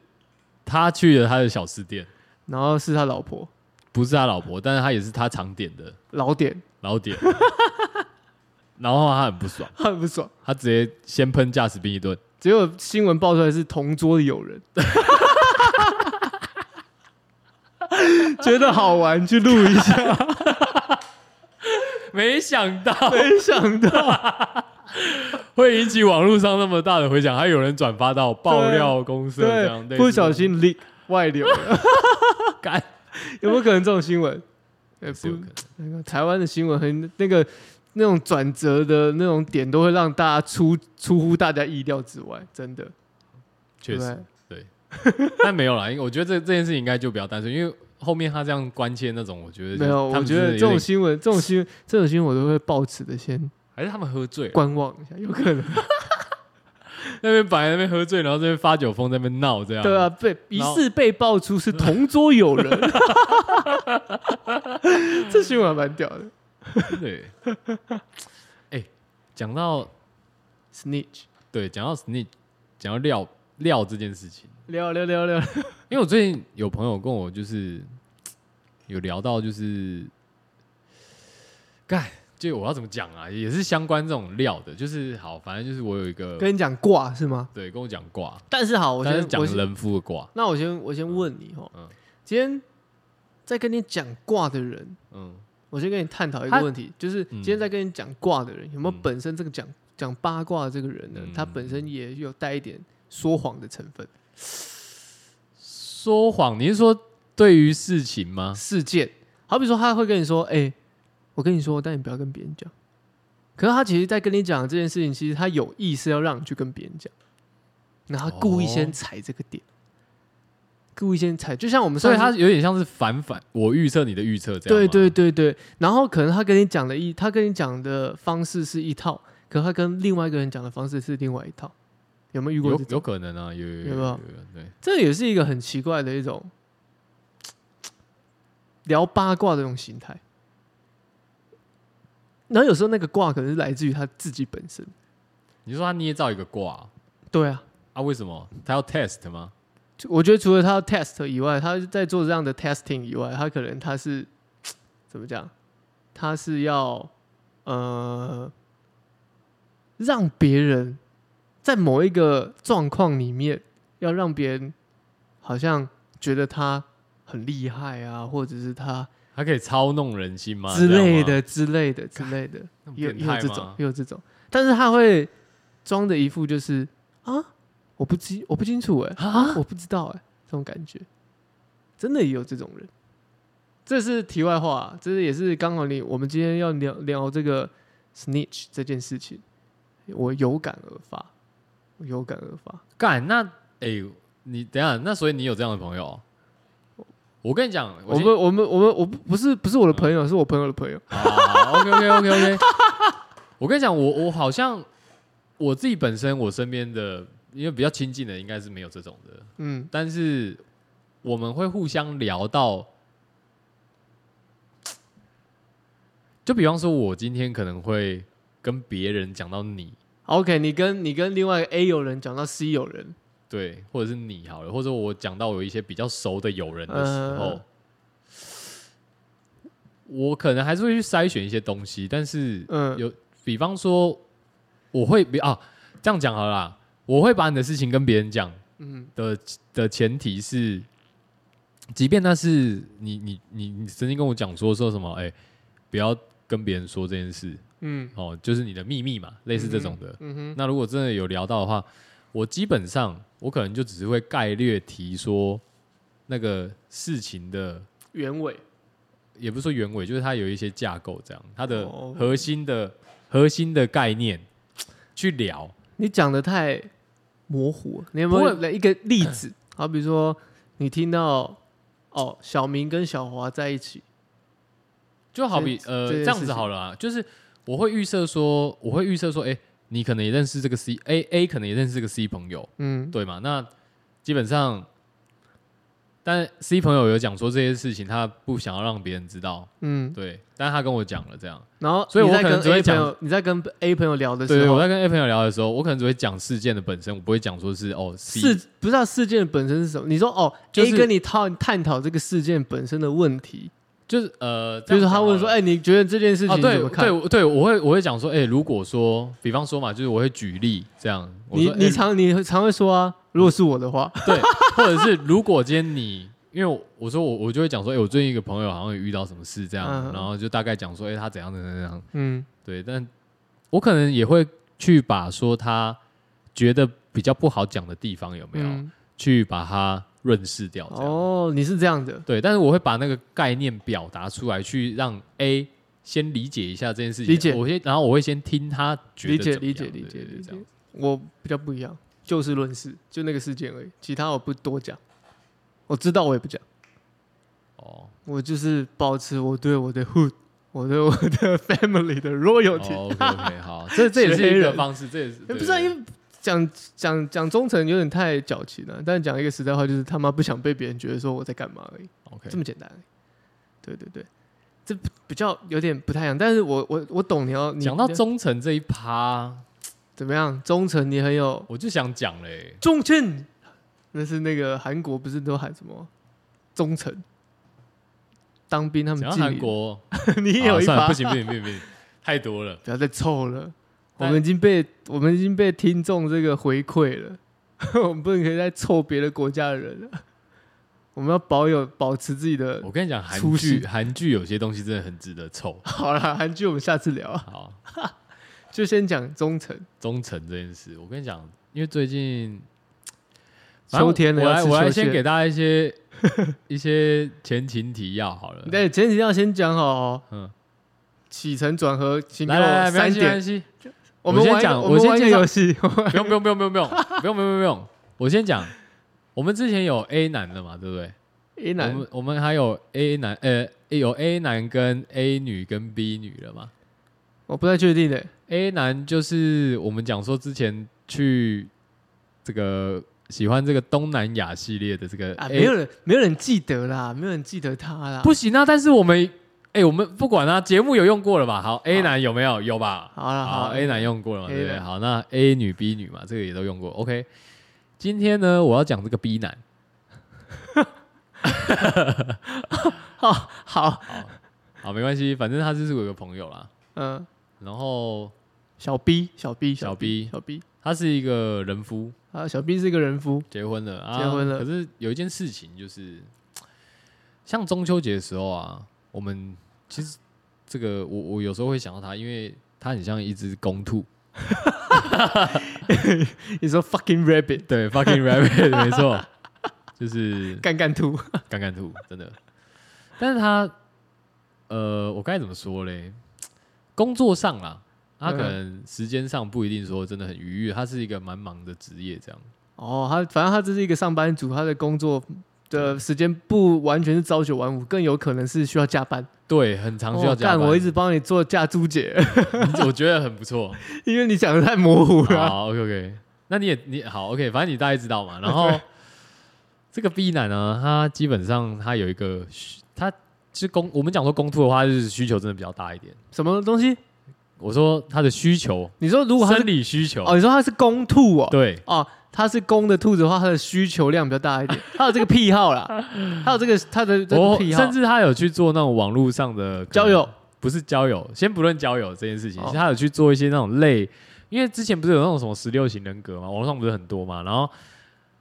Speaker 1: 他去了他的小吃店，
Speaker 2: 然后是他老婆
Speaker 1: 不是他老婆，但是他也是他常点的
Speaker 2: 老点，
Speaker 1: 老点，然后他很不爽，
Speaker 2: 他很不爽。
Speaker 1: 他直接先喷驾驶兵一顿。
Speaker 2: 结果新闻爆出来是同桌的友人， 觉得好玩去录一 下，
Speaker 1: 没想到
Speaker 2: 没想到
Speaker 1: 会引起网络上那么大的回响，还有人转发到爆料公社这样，类
Speaker 2: 对
Speaker 1: 似
Speaker 2: 不小心 leak 外流 了，
Speaker 1: 干，
Speaker 2: 有没有可能这种新闻？呃，
Speaker 1: 是有可
Speaker 2: 不
Speaker 1: 能，
Speaker 2: 那个台湾的新闻很那个那种转折的那种点，都会让大家出出乎大家意料之外，真的。
Speaker 1: 确
Speaker 2: 对
Speaker 1: 实对，但没有啦，因为我觉得这这件事情应该就不要担心，因为后面他这样关切那种，我觉得就
Speaker 2: 没有，
Speaker 1: 他
Speaker 2: 我
Speaker 1: 们
Speaker 2: 觉
Speaker 1: 真
Speaker 2: 得
Speaker 1: 的有
Speaker 2: 这种
Speaker 1: 点
Speaker 2: 新闻，这种新闻，这种新闻，我都会抱持的先
Speaker 1: 还是他们喝醉了，
Speaker 2: 观望一下，有可能。
Speaker 1: 那边摆在那边喝醉，然后这边发酒疯，在那边闹这样，
Speaker 2: 对啊，被疑
Speaker 1: 然后
Speaker 2: 似被爆 出是同桌友人，这新闻还蛮屌的。
Speaker 1: 对， 哎，讲到
Speaker 2: snitch，
Speaker 1: 对，讲到 snitch，讲到料料这件事情，
Speaker 2: 聊聊聊聊，
Speaker 1: 因为我最近有朋友跟我就是有聊到，就是干，就我要怎么讲啊，也是相关这种料的，就是好，反正就是我有一个
Speaker 2: 跟你讲挂是吗？
Speaker 1: 对跟我讲卦，
Speaker 2: 但是好，我
Speaker 1: 但
Speaker 2: 先
Speaker 1: 是讲
Speaker 2: 我先
Speaker 1: 人夫的卦，
Speaker 2: 那我先我先问你哦，
Speaker 1: 嗯
Speaker 2: 今天在跟你讲卦的人，
Speaker 1: 嗯，
Speaker 2: 我先跟你探讨一
Speaker 1: 他
Speaker 2: 个问题，就是
Speaker 1: 嗯
Speaker 2: 今天在跟你讲卦的人，有没有
Speaker 1: 嗯
Speaker 2: 本身这个讲讲八卦的这个人呢
Speaker 1: 嗯？
Speaker 2: 他本身也有带一点说谎的成分，
Speaker 1: 说谎，你是说对于事情吗？
Speaker 2: 事件，好比说他会跟你说，哎，我跟你说，但你不要跟别人讲。可是他其实，在跟你讲这件事情，其实他有意是要让你去跟别人讲，然后他故意
Speaker 1: 哦
Speaker 2: 先踩这个点，故意先踩，就像我们
Speaker 1: 所
Speaker 2: 上
Speaker 1: 以他
Speaker 2: 次
Speaker 1: 有点像是反反，我预测你的预测这样。
Speaker 2: 对对，对对，然后可能他跟你讲的一，他跟你讲的方式是一套，可他跟另外一个人讲的方式是另外一套，有没有遇过
Speaker 1: 有
Speaker 2: 这种？
Speaker 1: 有可能啊，有有
Speaker 2: 有没有？
Speaker 1: 对，
Speaker 2: 这也是一个很奇怪的一种聊八卦的这种形态。然后有时候那个卦可能是来自于他自己本身。
Speaker 1: 你说他捏造一个卦
Speaker 2: 对啊，
Speaker 1: 啊？为什么他要 test 吗？
Speaker 2: 就我觉得除了他要 test 以外，他在做这样的 testing 以外，他可能他是怎么讲？他是要呃让别人在某一个状况里面，要让别人好像觉得他很厉害啊，或者是他
Speaker 1: 他可以操弄人心吗？
Speaker 2: 之
Speaker 1: 这样吗
Speaker 2: 类，的之类的之类的，
Speaker 1: 那么
Speaker 2: 也有
Speaker 1: 变
Speaker 2: 也有
Speaker 1: 态
Speaker 2: 这种
Speaker 1: 吗？
Speaker 2: 也有这种，但是他会装的一副就是啊，我不清我不清楚哎、
Speaker 1: 啊
Speaker 2: 我不知道哎、这种感觉，真的也有这种人。这是题外话、这是也是刚好你我们今天要聊聊这个 snitch 这件事情，我有感而发，我有感而发。
Speaker 1: 干那哎、你等一下，那所以你有这样的朋友？我跟你讲，
Speaker 2: 我
Speaker 1: 先嗯
Speaker 2: 们我们我们我不不是不是我的朋友，是我朋友的朋友。
Speaker 1: 啊，OK OK OK OK。我跟你讲，我我好像我自己本身我身边的，因为比较亲近的应该是没有这种的，
Speaker 2: 嗯，
Speaker 1: 但是我们会互相聊到，就比方说，我今天可能会跟别人讲到你，
Speaker 2: OK，你跟你跟另外一个 A 友人讲到 C 友人，
Speaker 1: 对，或者是你好了，或者我讲到有一些比较熟的友人的时候，
Speaker 2: 嗯
Speaker 1: 我可能还是会去筛选一些东西，但是
Speaker 2: 嗯，
Speaker 1: 有，比方说，我会比啊，这样讲好了啦，我会把你的事情跟别人讲，嗯
Speaker 2: 嗯
Speaker 1: 的的前提是，即便那是你你你你曾经跟我讲说说什么，哎、不要跟别人说这件事，
Speaker 2: 嗯
Speaker 1: 哦，就是你的秘密嘛，类似这种的。
Speaker 2: 嗯哼，
Speaker 1: 那如果真的有聊到的话，我基本上我可能就只是会概略提说那个事情的，
Speaker 2: 原委
Speaker 1: 也不是说原委，就是它有一些架构，这样它的
Speaker 2: 哦
Speaker 1: 核心的、核心的概念去聊。
Speaker 2: 你讲的太模糊了，你有没
Speaker 1: 不嗯
Speaker 2: 有
Speaker 1: 会
Speaker 2: 来一个例子？好比说，你听到哦，小明跟小华在一起，
Speaker 1: 就好比呃
Speaker 2: 这件
Speaker 1: 这样子好了啊，就是我会预设说，我会预设说，哎、你可能也认识这个 C A A，可能也认识这个 C 朋友，
Speaker 2: 嗯，
Speaker 1: 对嘛？那基本上，但 C 朋友有讲说这些事情，他不想要让别人知道，
Speaker 2: 嗯，
Speaker 1: 对，但是他跟我讲了这样。
Speaker 2: 然后
Speaker 1: 所以
Speaker 2: 你
Speaker 1: 我
Speaker 2: 在
Speaker 1: 可能
Speaker 2: 跟
Speaker 1: 只会
Speaker 2: A 朋
Speaker 1: 讲
Speaker 2: 友，你在跟 A 朋友聊的
Speaker 1: 对，
Speaker 2: 时
Speaker 1: 对我
Speaker 2: 候，
Speaker 1: 在跟 A 朋友聊的时候，我可能只会讲事件的本身，我不会讲说是哦 C
Speaker 2: 事不知道事件本身是什么？你说哦
Speaker 1: 就
Speaker 2: ，A
Speaker 1: 是
Speaker 2: 跟你探探讨这个事件本身的问题，
Speaker 1: 就是呃，
Speaker 2: 就是他问说，
Speaker 1: 哎，
Speaker 2: 哎，你觉得这件事
Speaker 1: 哦，
Speaker 2: 情
Speaker 1: 对
Speaker 2: 怎么看
Speaker 1: 对？我对，我会我会讲说，哎、如果说，比方说嘛，就是我会举例这样，我
Speaker 2: 你
Speaker 1: 说
Speaker 2: 你
Speaker 1: 哎
Speaker 2: 常你常会说啊，如果是我的话，
Speaker 1: 对，或者是如果今天你，因为我我说我我就会讲说，哎、我最近一个朋友好像有遇到什么事这样，
Speaker 2: 嗯
Speaker 1: 然后就大概讲说，哎、他怎样怎样怎样，
Speaker 2: 嗯
Speaker 1: 对，但我可能也会去把说他觉得比较不好讲的地方有没有，
Speaker 2: 嗯，
Speaker 1: 去把它润饰掉这样。
Speaker 2: 哦，你是这样的，
Speaker 1: 对，但是我会把那个概念表达出来，去让 A 先理解一下这件事情。
Speaker 2: 理解
Speaker 1: 我先，然后我会先听他觉得
Speaker 2: 理解
Speaker 1: 怎么
Speaker 2: 理解
Speaker 1: 样
Speaker 2: 理解
Speaker 1: 对对
Speaker 2: 理
Speaker 1: 这
Speaker 2: 解
Speaker 1: 样。
Speaker 2: 我比较不一样，就事论事，就那个事件而已，其他我不多讲。我知道我也不讲，
Speaker 1: 哦
Speaker 2: 我就是保持我对我的 hood，我对我的 family 的 royalty。
Speaker 1: ，OK OK，好，哦这这也是一
Speaker 2: 学
Speaker 1: 个
Speaker 2: 人
Speaker 1: 方式，这也是
Speaker 2: 也不是、啊，
Speaker 1: 对
Speaker 2: 因为讲讲讲忠诚有点太矫情了，但讲一个实在话，就是他妈不想被别人觉得说我在干嘛而已，
Speaker 1: OK
Speaker 2: 这么简单而已。对对对，这比较有点不太一样。但是我我我懂你哦要你
Speaker 1: 讲到忠诚这一趴，
Speaker 2: 怎么样忠诚，你很有
Speaker 1: 我就想讲嘞，
Speaker 2: 忠诚。那是那个韩国不是都喊什么忠诚？当兵他们
Speaker 1: 讲到
Speaker 2: 敬礼
Speaker 1: 韩国，
Speaker 2: 你也有
Speaker 1: 啊
Speaker 2: 一
Speaker 1: 算
Speaker 2: 把，
Speaker 1: 了不行不行不行不行，太多了。
Speaker 2: 不要再凑了，我
Speaker 1: 但
Speaker 2: 们已经被我们已经被听众这个回馈了， 我们不能可以再凑别的国家的人了，我们要保有保持自己的。
Speaker 1: 我跟你讲，韩
Speaker 2: 出
Speaker 1: 剧
Speaker 2: 戏
Speaker 1: 韩剧有些东西真的很值得凑。
Speaker 2: 好了，韩剧我们下次聊啊，
Speaker 1: 好，
Speaker 2: 就先讲忠诚。
Speaker 1: 忠诚这件事，我跟你讲，因为最近反正
Speaker 2: 秋天了，
Speaker 1: 我
Speaker 2: 要
Speaker 1: 来
Speaker 2: 吃
Speaker 1: 我来
Speaker 2: 秋
Speaker 1: 先
Speaker 2: 蟹
Speaker 1: 给大家一些一些前情提要好了。
Speaker 2: 对，前几天要先讲好、哦，
Speaker 1: 嗯
Speaker 2: 嗯，起承转合，请给
Speaker 1: 来来
Speaker 2: 我
Speaker 1: 来，没关系没关。
Speaker 2: 三点
Speaker 1: 系，
Speaker 2: 我们
Speaker 1: 我先
Speaker 2: 玩一个
Speaker 1: 讲
Speaker 2: 我
Speaker 1: 我
Speaker 2: 们
Speaker 1: 先
Speaker 2: 玩一个
Speaker 1: 介绍
Speaker 2: 游戏，
Speaker 1: 不用不用不用不用不用不用不用不用不用，我先讲，我们之前有 A 男的嘛，对不对？
Speaker 2: 一
Speaker 1: 我
Speaker 2: 男
Speaker 1: 们我们还有 A 男，呃，有 A 男跟 A 女跟 B 女了嘛
Speaker 2: 我不太确定的，
Speaker 1: ？A 男就是我们讲说之前去这个喜欢这个东南亚系列的这个 A，、
Speaker 2: 啊，没有人没有人记得啦，没有人记得他啦。
Speaker 1: 哎不行啊，但是我们哎、我们不管啊，节目有用过了吧？好，A 男有没有？有吧？
Speaker 2: 好了
Speaker 1: 好哎
Speaker 2: 好
Speaker 1: ，A 男用过了嘛，
Speaker 2: A
Speaker 1: 对不对？
Speaker 2: 男
Speaker 1: 好，那 A 女、B 女嘛，这个也都用过。OK，今天呢，我要讲这个 B 男。
Speaker 2: 好好，
Speaker 1: 好，好，没关系，反正他就是有一个朋友啦。
Speaker 2: 嗯，
Speaker 1: 然后
Speaker 2: 小 B 小 B
Speaker 1: 小 B
Speaker 2: 小 B
Speaker 1: 他是一个人夫，
Speaker 2: 啊，小 B 是一个人夫，
Speaker 1: 结婚了啊，
Speaker 2: 结婚了
Speaker 1: 可是有一件事情就是，像中秋节的时候啊，我们其实这个我我有时候会想到他，因为他很像一只公兔，
Speaker 2: 你说 fucking rabbit
Speaker 1: 对，fucking rabbit，没 错，就是
Speaker 2: 干干兔，
Speaker 1: 干干兔，真的。但是他，呃，我该怎么说嘞？工作上啦，他可
Speaker 2: 嗯
Speaker 1: 能时间上不一定说真的很愉悦，他是一个蛮忙的职业，这样。
Speaker 2: 哦，他反正他这是一个上班族，他的工作的时间不完全是朝九晚五，更有可能是需要加班。
Speaker 1: 对，很常需要
Speaker 2: 哦
Speaker 1: 加
Speaker 2: 干
Speaker 1: 班。
Speaker 2: 我一直帮你做嫁猪姐，
Speaker 1: 我觉得很不错。
Speaker 2: 因为你讲的太模糊了。
Speaker 1: 好，OK OK，那你也你好，OK，反正你大概知道嘛。然后 这个 B 男呢，他基本上他有一个需，他是工，我们讲说工作的话，就是需求真的比较大一点。
Speaker 2: 什么东西？
Speaker 1: 我说他的需求，
Speaker 2: 你说如果他是
Speaker 1: 生理需求，
Speaker 2: 哦，你说他是公兔哦？
Speaker 1: 对，
Speaker 2: 哦，它是公的兔子的话，它的需求量比较大一点，它有这个癖好啦，它有这个它的这个
Speaker 1: 我
Speaker 2: 癖好，
Speaker 1: 甚至他有去做那种网络上的
Speaker 2: 交，
Speaker 1: 可
Speaker 2: 友
Speaker 1: 能不是交友，先不论交友这件事情，
Speaker 2: 哦
Speaker 1: 是他有去做一些那种类，因为之前不是有那种什么十六型人格嘛，网络上不是很多嘛，然后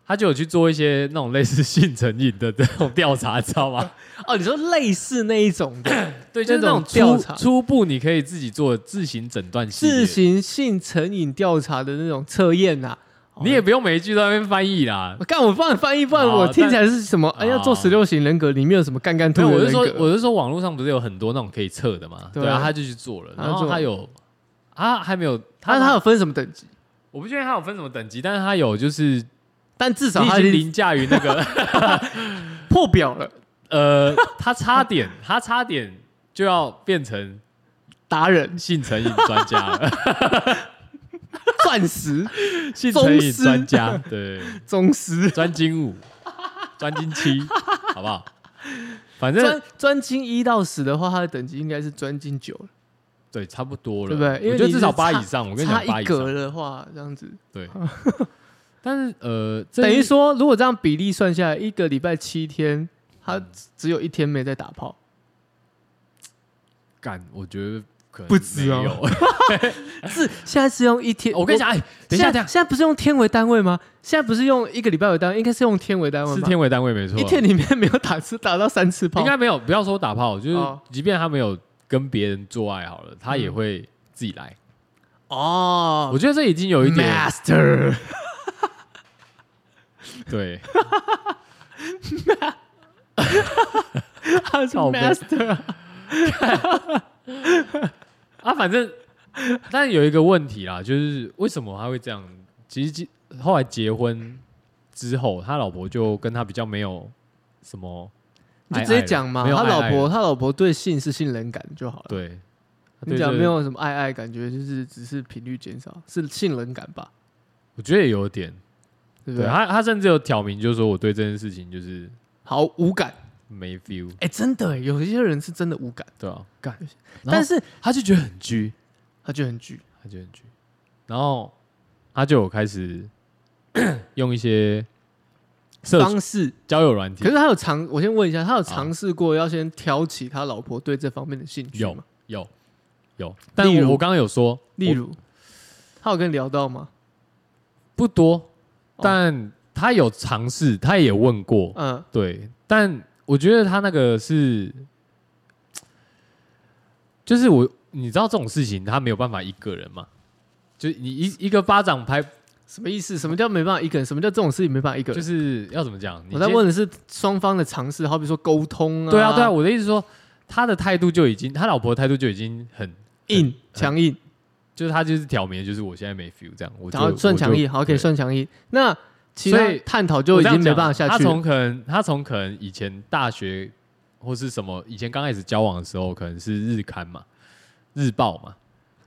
Speaker 1: 他就有去做一些那种类似性成瘾的这种调查， 知道吗？
Speaker 2: 哦，你说类似那一种 的
Speaker 1: 对，就是那种
Speaker 2: 那种调
Speaker 1: 初
Speaker 2: 查
Speaker 1: 初步你可以自己做自行诊断系列
Speaker 2: 自行性成瘾调查的那种测验呐、哦
Speaker 1: 你也不用每一句都在那边翻译啦。
Speaker 2: 我干，我帮你翻译，不然
Speaker 1: 好
Speaker 2: 我
Speaker 1: 但
Speaker 2: 听起来是什么？哎，要做
Speaker 1: 哦
Speaker 2: 十六型人格，里面有什么干干兔
Speaker 1: 对，
Speaker 2: 的
Speaker 1: 我是
Speaker 2: 人格？
Speaker 1: 说，我是说，网络上不是有很多那种可以测的嘛？
Speaker 2: 对
Speaker 1: 对啊，他就去做了，
Speaker 2: 他
Speaker 1: 然后
Speaker 2: 做
Speaker 1: 他有，他还没有，
Speaker 2: 他他有分什么等级？
Speaker 1: 我不确定他有分什么等级，但是他有就是
Speaker 2: 但至少
Speaker 1: 你已
Speaker 2: 他
Speaker 1: 经
Speaker 2: 已经
Speaker 1: 凌驾于那个
Speaker 2: 破表了，
Speaker 1: 呃，他差 点，他差点就要变成
Speaker 2: 达人、
Speaker 1: 性成瘾专家了，
Speaker 2: 钻 石、
Speaker 1: 性成
Speaker 2: 宗
Speaker 1: 瘾
Speaker 2: 师
Speaker 1: 专家，对，
Speaker 2: 宗师、
Speaker 1: 专精五， 专精七，好不好？反正
Speaker 2: 专专精一到十的话，他的等级应该是专精九了，
Speaker 1: 对，差不多了，
Speaker 2: 对不对因为
Speaker 1: 我觉得
Speaker 2: 你
Speaker 1: 至
Speaker 2: 是
Speaker 1: 少八
Speaker 2: 差
Speaker 1: 以上，我跟你
Speaker 2: 差
Speaker 1: 讲八
Speaker 2: 一
Speaker 1: 以
Speaker 2: 格
Speaker 1: 上，
Speaker 2: 的话，这样子。
Speaker 1: 对。 但是呃，这
Speaker 2: 等于说，如果这样比例算下来，一个礼拜七天，
Speaker 1: 嗯
Speaker 2: 他只有一天没在打炮，
Speaker 1: 干，我觉得可能
Speaker 2: 不止
Speaker 1: 没
Speaker 2: 哦
Speaker 1: 有。
Speaker 2: 是现在是用一天。
Speaker 1: 我跟你，讲，哎，等一下，等
Speaker 2: 现在
Speaker 1: 一
Speaker 2: 现在不是用天为单位吗？现在不是用一个礼拜为单位，应该是用天为单
Speaker 1: 下，
Speaker 2: 位
Speaker 1: 是
Speaker 2: 吗？
Speaker 1: 天为单位没错，
Speaker 2: 一天里面没有打次打到三次炮，
Speaker 1: 应该没有，不要说打炮，就是
Speaker 2: 哦
Speaker 1: 即便他没有跟别人做爱好了，他也会自己来。
Speaker 2: 哦。
Speaker 1: 我觉得这已经有一点
Speaker 2: master
Speaker 1: 对，
Speaker 2: 他是
Speaker 1: 靠背
Speaker 2: master 啊
Speaker 1: 啊，反正但有一个问题啦，就是为什么他会这样？其实结后来结婚之后，他老婆就跟他比较没有什么
Speaker 2: 你
Speaker 1: 爱爱了，
Speaker 2: 就直接讲嘛。
Speaker 1: 没有
Speaker 2: 他
Speaker 1: 爱爱
Speaker 2: 老婆
Speaker 1: 了
Speaker 2: 他老婆对性是性冷感就好了。
Speaker 1: 对，
Speaker 2: 你
Speaker 1: 对
Speaker 2: 讲
Speaker 1: 这个
Speaker 2: 没有什么爱爱感觉，就是只是频率减少，是性冷感吧？
Speaker 1: 我觉得也有点，
Speaker 2: 对不
Speaker 1: 对
Speaker 2: 对？
Speaker 1: 他他甚至有挑明，就是说我对这件事情就是
Speaker 2: 好无感，
Speaker 1: 没 feel，
Speaker 2: 哎、真的耶，有一些人是真的无感，
Speaker 1: 对啊，
Speaker 2: 干
Speaker 1: 然后
Speaker 2: 但是
Speaker 1: 他就觉得很拘，
Speaker 2: 他就很拘，
Speaker 1: 他就很拘，然后他就有开始 用一些社
Speaker 2: 方式。
Speaker 1: 交友软体
Speaker 2: 可是他有尝，我先问一下，他有尝试过要先挑起他老婆对这方面的兴趣
Speaker 1: 有
Speaker 2: 吗？
Speaker 1: 有有，但
Speaker 2: 例如
Speaker 1: 我我刚刚有说，
Speaker 2: 例
Speaker 1: 我
Speaker 2: 如，他有跟你聊到吗？
Speaker 1: 不多，
Speaker 2: 哦
Speaker 1: 但他有尝试，他也问过，
Speaker 2: 嗯，
Speaker 1: 对，但我觉得他那个是，就是我，你知道这种事情他没有办法一个人嘛，就你一一个巴掌拍，
Speaker 2: 什么意思？什么叫没办法一个人？什么叫这种事情没办法一个人？
Speaker 1: 就是要怎么讲？你
Speaker 2: 我在
Speaker 1: 今天
Speaker 2: 问的是双方的尝试，好比说沟通啊，
Speaker 1: 对啊，对啊，，我的意思说，他的态度就已经，他老婆的态度就已经很，
Speaker 2: 硬
Speaker 1: 哎
Speaker 2: 强硬，
Speaker 1: 就是他就是挑明，就是我现在没 feel 这样，我
Speaker 2: 然后
Speaker 1: 就
Speaker 2: 算强硬，
Speaker 1: 硬，
Speaker 2: 好，可以
Speaker 1: 对
Speaker 2: 算强硬。那其他
Speaker 1: 所以
Speaker 2: 探讨就
Speaker 1: 我
Speaker 2: 已
Speaker 1: 这
Speaker 2: 经
Speaker 1: 样
Speaker 2: 没
Speaker 1: 讲啊
Speaker 2: 办法下
Speaker 1: 他
Speaker 2: 去了。
Speaker 1: 从可能他从可能以前大学或是什么，以前刚开始交往的时候，可能是日刊嘛、日报嘛，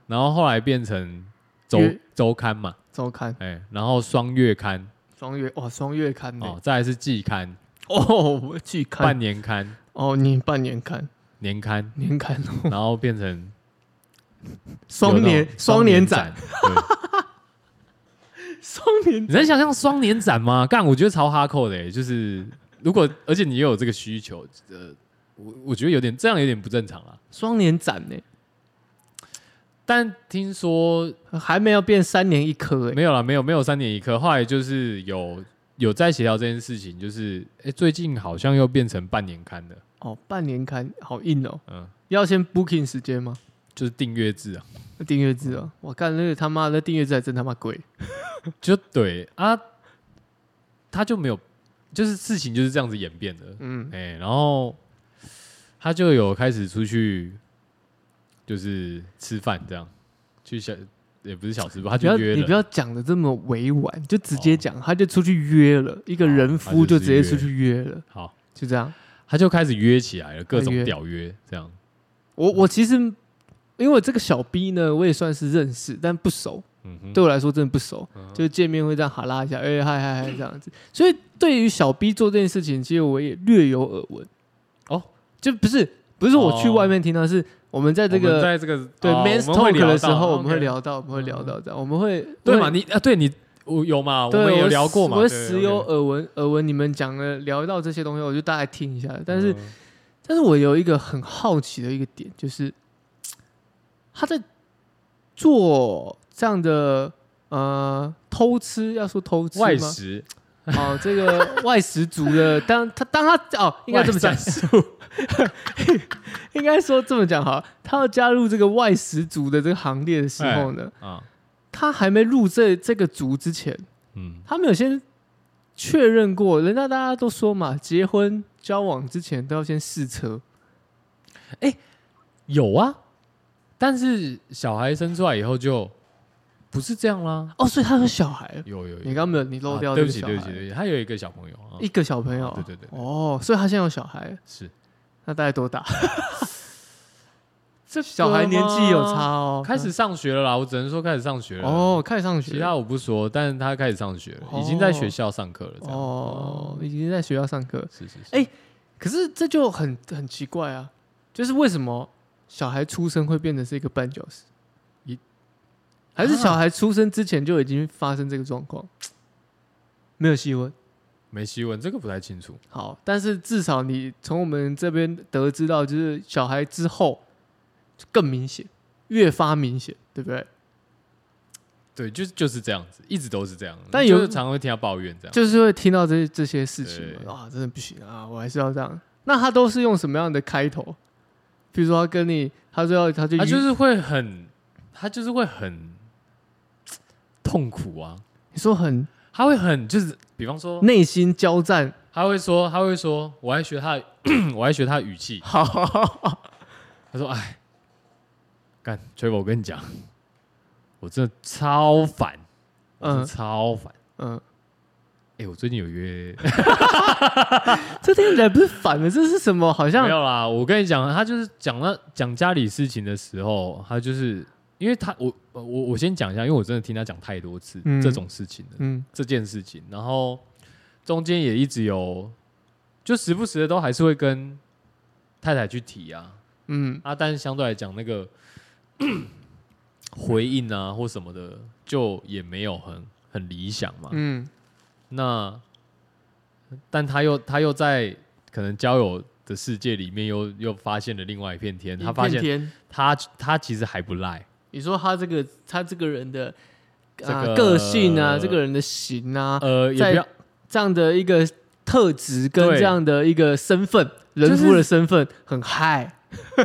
Speaker 1: 然后后来变成周
Speaker 2: 月
Speaker 1: 周刊嘛，
Speaker 2: 周刊
Speaker 1: 哎、然后双月刊
Speaker 2: 双月哇，双月刊呢
Speaker 1: 哦，？再来是季刊、
Speaker 2: 哦，我去看
Speaker 1: 半年刊、
Speaker 2: 哦，你半年看
Speaker 1: 年 刊，
Speaker 2: 年看哦，
Speaker 1: 然后变成有
Speaker 2: 双
Speaker 1: 那种
Speaker 2: 年
Speaker 1: 双
Speaker 2: 双年展
Speaker 1: 展。对
Speaker 2: 双 年
Speaker 1: 你能想象双年展吗？干，我觉得超哈扣的、欸，就是如果而且你又有这个需求，呃，我我觉得有点这样有点不正常啦。
Speaker 2: 双年展呢，
Speaker 1: 但听说
Speaker 2: 还没有变三年一科哎，
Speaker 1: 没有啦，没有没有三年一科，后来就是有有在协调这件事情，就是哎、诶最近好像又变成半年刊了，
Speaker 2: 哦，半年看好硬哦，
Speaker 1: 嗯，
Speaker 2: 要先 booking 时间吗？
Speaker 1: 就是订阅制啊，
Speaker 2: 订阅制哦，我干那个他妈的订阅制还真他妈贵，
Speaker 1: 就对啊，他就没有，就是事情就是这样子演变的，
Speaker 2: 嗯，
Speaker 1: 哎、然后他就有开始出去，就是吃饭这样，去小也不是小吃吧，他
Speaker 2: 不要
Speaker 1: 就约
Speaker 2: 你不
Speaker 1: 了，
Speaker 2: 要讲的这么委婉，就直接讲，他就出去约了，一个
Speaker 1: 哦
Speaker 2: 人
Speaker 1: 他
Speaker 2: 夫
Speaker 1: 就
Speaker 2: 就是直接
Speaker 1: 约
Speaker 2: 出去约了，
Speaker 1: 好，
Speaker 2: 就这样。
Speaker 1: 他就开始约起来了，各
Speaker 2: 他
Speaker 1: 种
Speaker 2: 约
Speaker 1: 屌约这样，
Speaker 2: 我我其实因为这个小 B 呢，我也算是认识，但不熟，
Speaker 1: 嗯哼，
Speaker 2: 对我来说真的不熟，
Speaker 1: 嗯哼
Speaker 2: 就是见面会这样哈拉一下，哎、嗨嗨嗨这样子。 所以对于小 B 做这件事情，其实我也略有耳闻。
Speaker 1: 哦，
Speaker 2: 就不是不是我去
Speaker 1: 哦
Speaker 2: 外面听到，是我们在这
Speaker 1: 我们
Speaker 2: 个。
Speaker 1: 在这个
Speaker 2: 对、
Speaker 1: 哦
Speaker 2: m a n
Speaker 1: 我们会
Speaker 2: talk 的时候，我们
Speaker 1: 聊到哦
Speaker 2: 会
Speaker 1: OK 嗯
Speaker 2: 聊到，我们会聊到这样，我们会
Speaker 1: 对嘛？
Speaker 2: 嘛？
Speaker 1: 你啊，对你啊我有嘛？
Speaker 2: 对，
Speaker 1: 们有
Speaker 2: 我
Speaker 1: 聊过嘛？
Speaker 2: 我
Speaker 1: 对
Speaker 2: 会时有耳闻，耳闻你们讲了聊到这些东西，我就大概听一下。但
Speaker 1: 嗯
Speaker 2: 是但是我有一个很好奇的一个点，就是他在做这样的呃偷吃，要说偷吃
Speaker 1: 外
Speaker 2: 吗？
Speaker 1: 食
Speaker 2: 哦，这个 外食族的，当他当他哦，应该这么讲
Speaker 1: 外，食
Speaker 2: 应该说这么讲哈，他要加入这个外食族的这个行列的时候呢，
Speaker 1: 啊，
Speaker 2: 他还没入这这个族之前，
Speaker 1: 嗯，
Speaker 2: 他们有先确认过，人家大家都说嘛，结婚交往之前都要先试车，
Speaker 1: 有啊，但是小孩生出来以后就不是这样啦。
Speaker 2: 哦，所以他有小孩了。
Speaker 1: 有有有，
Speaker 2: 你刚没有，你漏
Speaker 1: 啊
Speaker 2: 掉、
Speaker 1: 对不
Speaker 2: 这个
Speaker 1: 起
Speaker 2: 小
Speaker 1: 对不
Speaker 2: 孩
Speaker 1: 起对不起，他有一个小朋友啊，
Speaker 2: 一个小朋友，
Speaker 1: 对对对对
Speaker 2: 哦，所以他现在有小孩，
Speaker 1: 是
Speaker 2: 那大概多大？
Speaker 1: 这
Speaker 2: 小孩年纪有差，哦，
Speaker 1: 开始上学了啦，我只能说开始上学了。
Speaker 2: 哦，开始上
Speaker 1: 其
Speaker 2: 学
Speaker 1: 他我不说，但是他开始上学了，已经在学校上课了，这样。嗯
Speaker 2: 哦，已经在学校上课，
Speaker 1: 是是是，
Speaker 2: 哎可是这就很很奇怪啊，就是为什么小孩出生会变成是一个绊脚石？
Speaker 1: 一
Speaker 2: 还是
Speaker 1: 啊
Speaker 2: 小孩出生之前就已经发生这个状况？没有细问。
Speaker 1: 没细问，这个不太清楚。
Speaker 2: 好，但是至少你从我们这边得知到，就是小孩之后就更明显，越发明显，对不对？
Speaker 1: 对，就是就是这样子，一直都是这样。
Speaker 2: 但有
Speaker 1: 就是常会听他抱怨这样。
Speaker 2: 就是会听到这这些事情
Speaker 1: 对
Speaker 2: 嘛啊，真的不行啊，我还是要这样。那他都是用什么样的开头？比如说他跟你，他说要他就
Speaker 1: 他啊就
Speaker 2: 约
Speaker 1: 是会很，他就是会很痛苦啊，
Speaker 2: 你说很
Speaker 1: 他会很就是，比方说，
Speaker 2: 内心 交战，
Speaker 1: 他会说，他会说，我还学他 的，我还学他的语气，
Speaker 2: 好，
Speaker 1: 他说，哎，干 t r e 我跟你讲，我真的超烦，我真的
Speaker 2: 嗯
Speaker 1: 超烦，
Speaker 2: 嗯，
Speaker 1: 哎、我最近有约，
Speaker 2: 这听起来不是反的，这是什么？好
Speaker 1: 没
Speaker 2: 像
Speaker 1: 有啦，我跟你讲，他就是讲了讲家里事情的时候，他就是。因为他，我我我先讲一下，因为我真的听他讲太多次、
Speaker 2: 嗯
Speaker 1: 这种事情了。
Speaker 2: 嗯
Speaker 1: 这件事情，然后中间也一直有就时不时的都还是会跟太太去提啊
Speaker 2: 嗯，
Speaker 1: 啊，但是相对来讲，那个回应啊或什么的，就也没有很很理想嘛。
Speaker 2: 嗯，
Speaker 1: 那，但他又他又在可能交友的世界里面又又发现了另外一片天，他发
Speaker 2: 一片
Speaker 1: 现
Speaker 2: 天，
Speaker 1: 他他其实还不赖，
Speaker 2: 你说他这个他这个人的
Speaker 1: 这
Speaker 2: 啊
Speaker 1: 个
Speaker 2: 个性啊，这个人的型啊，
Speaker 1: 呃，也
Speaker 2: 在
Speaker 1: 不要
Speaker 2: 这样的一个特质跟
Speaker 1: 对
Speaker 2: 这样的一个身份，人
Speaker 1: 就是
Speaker 2: 夫的身份很嗨，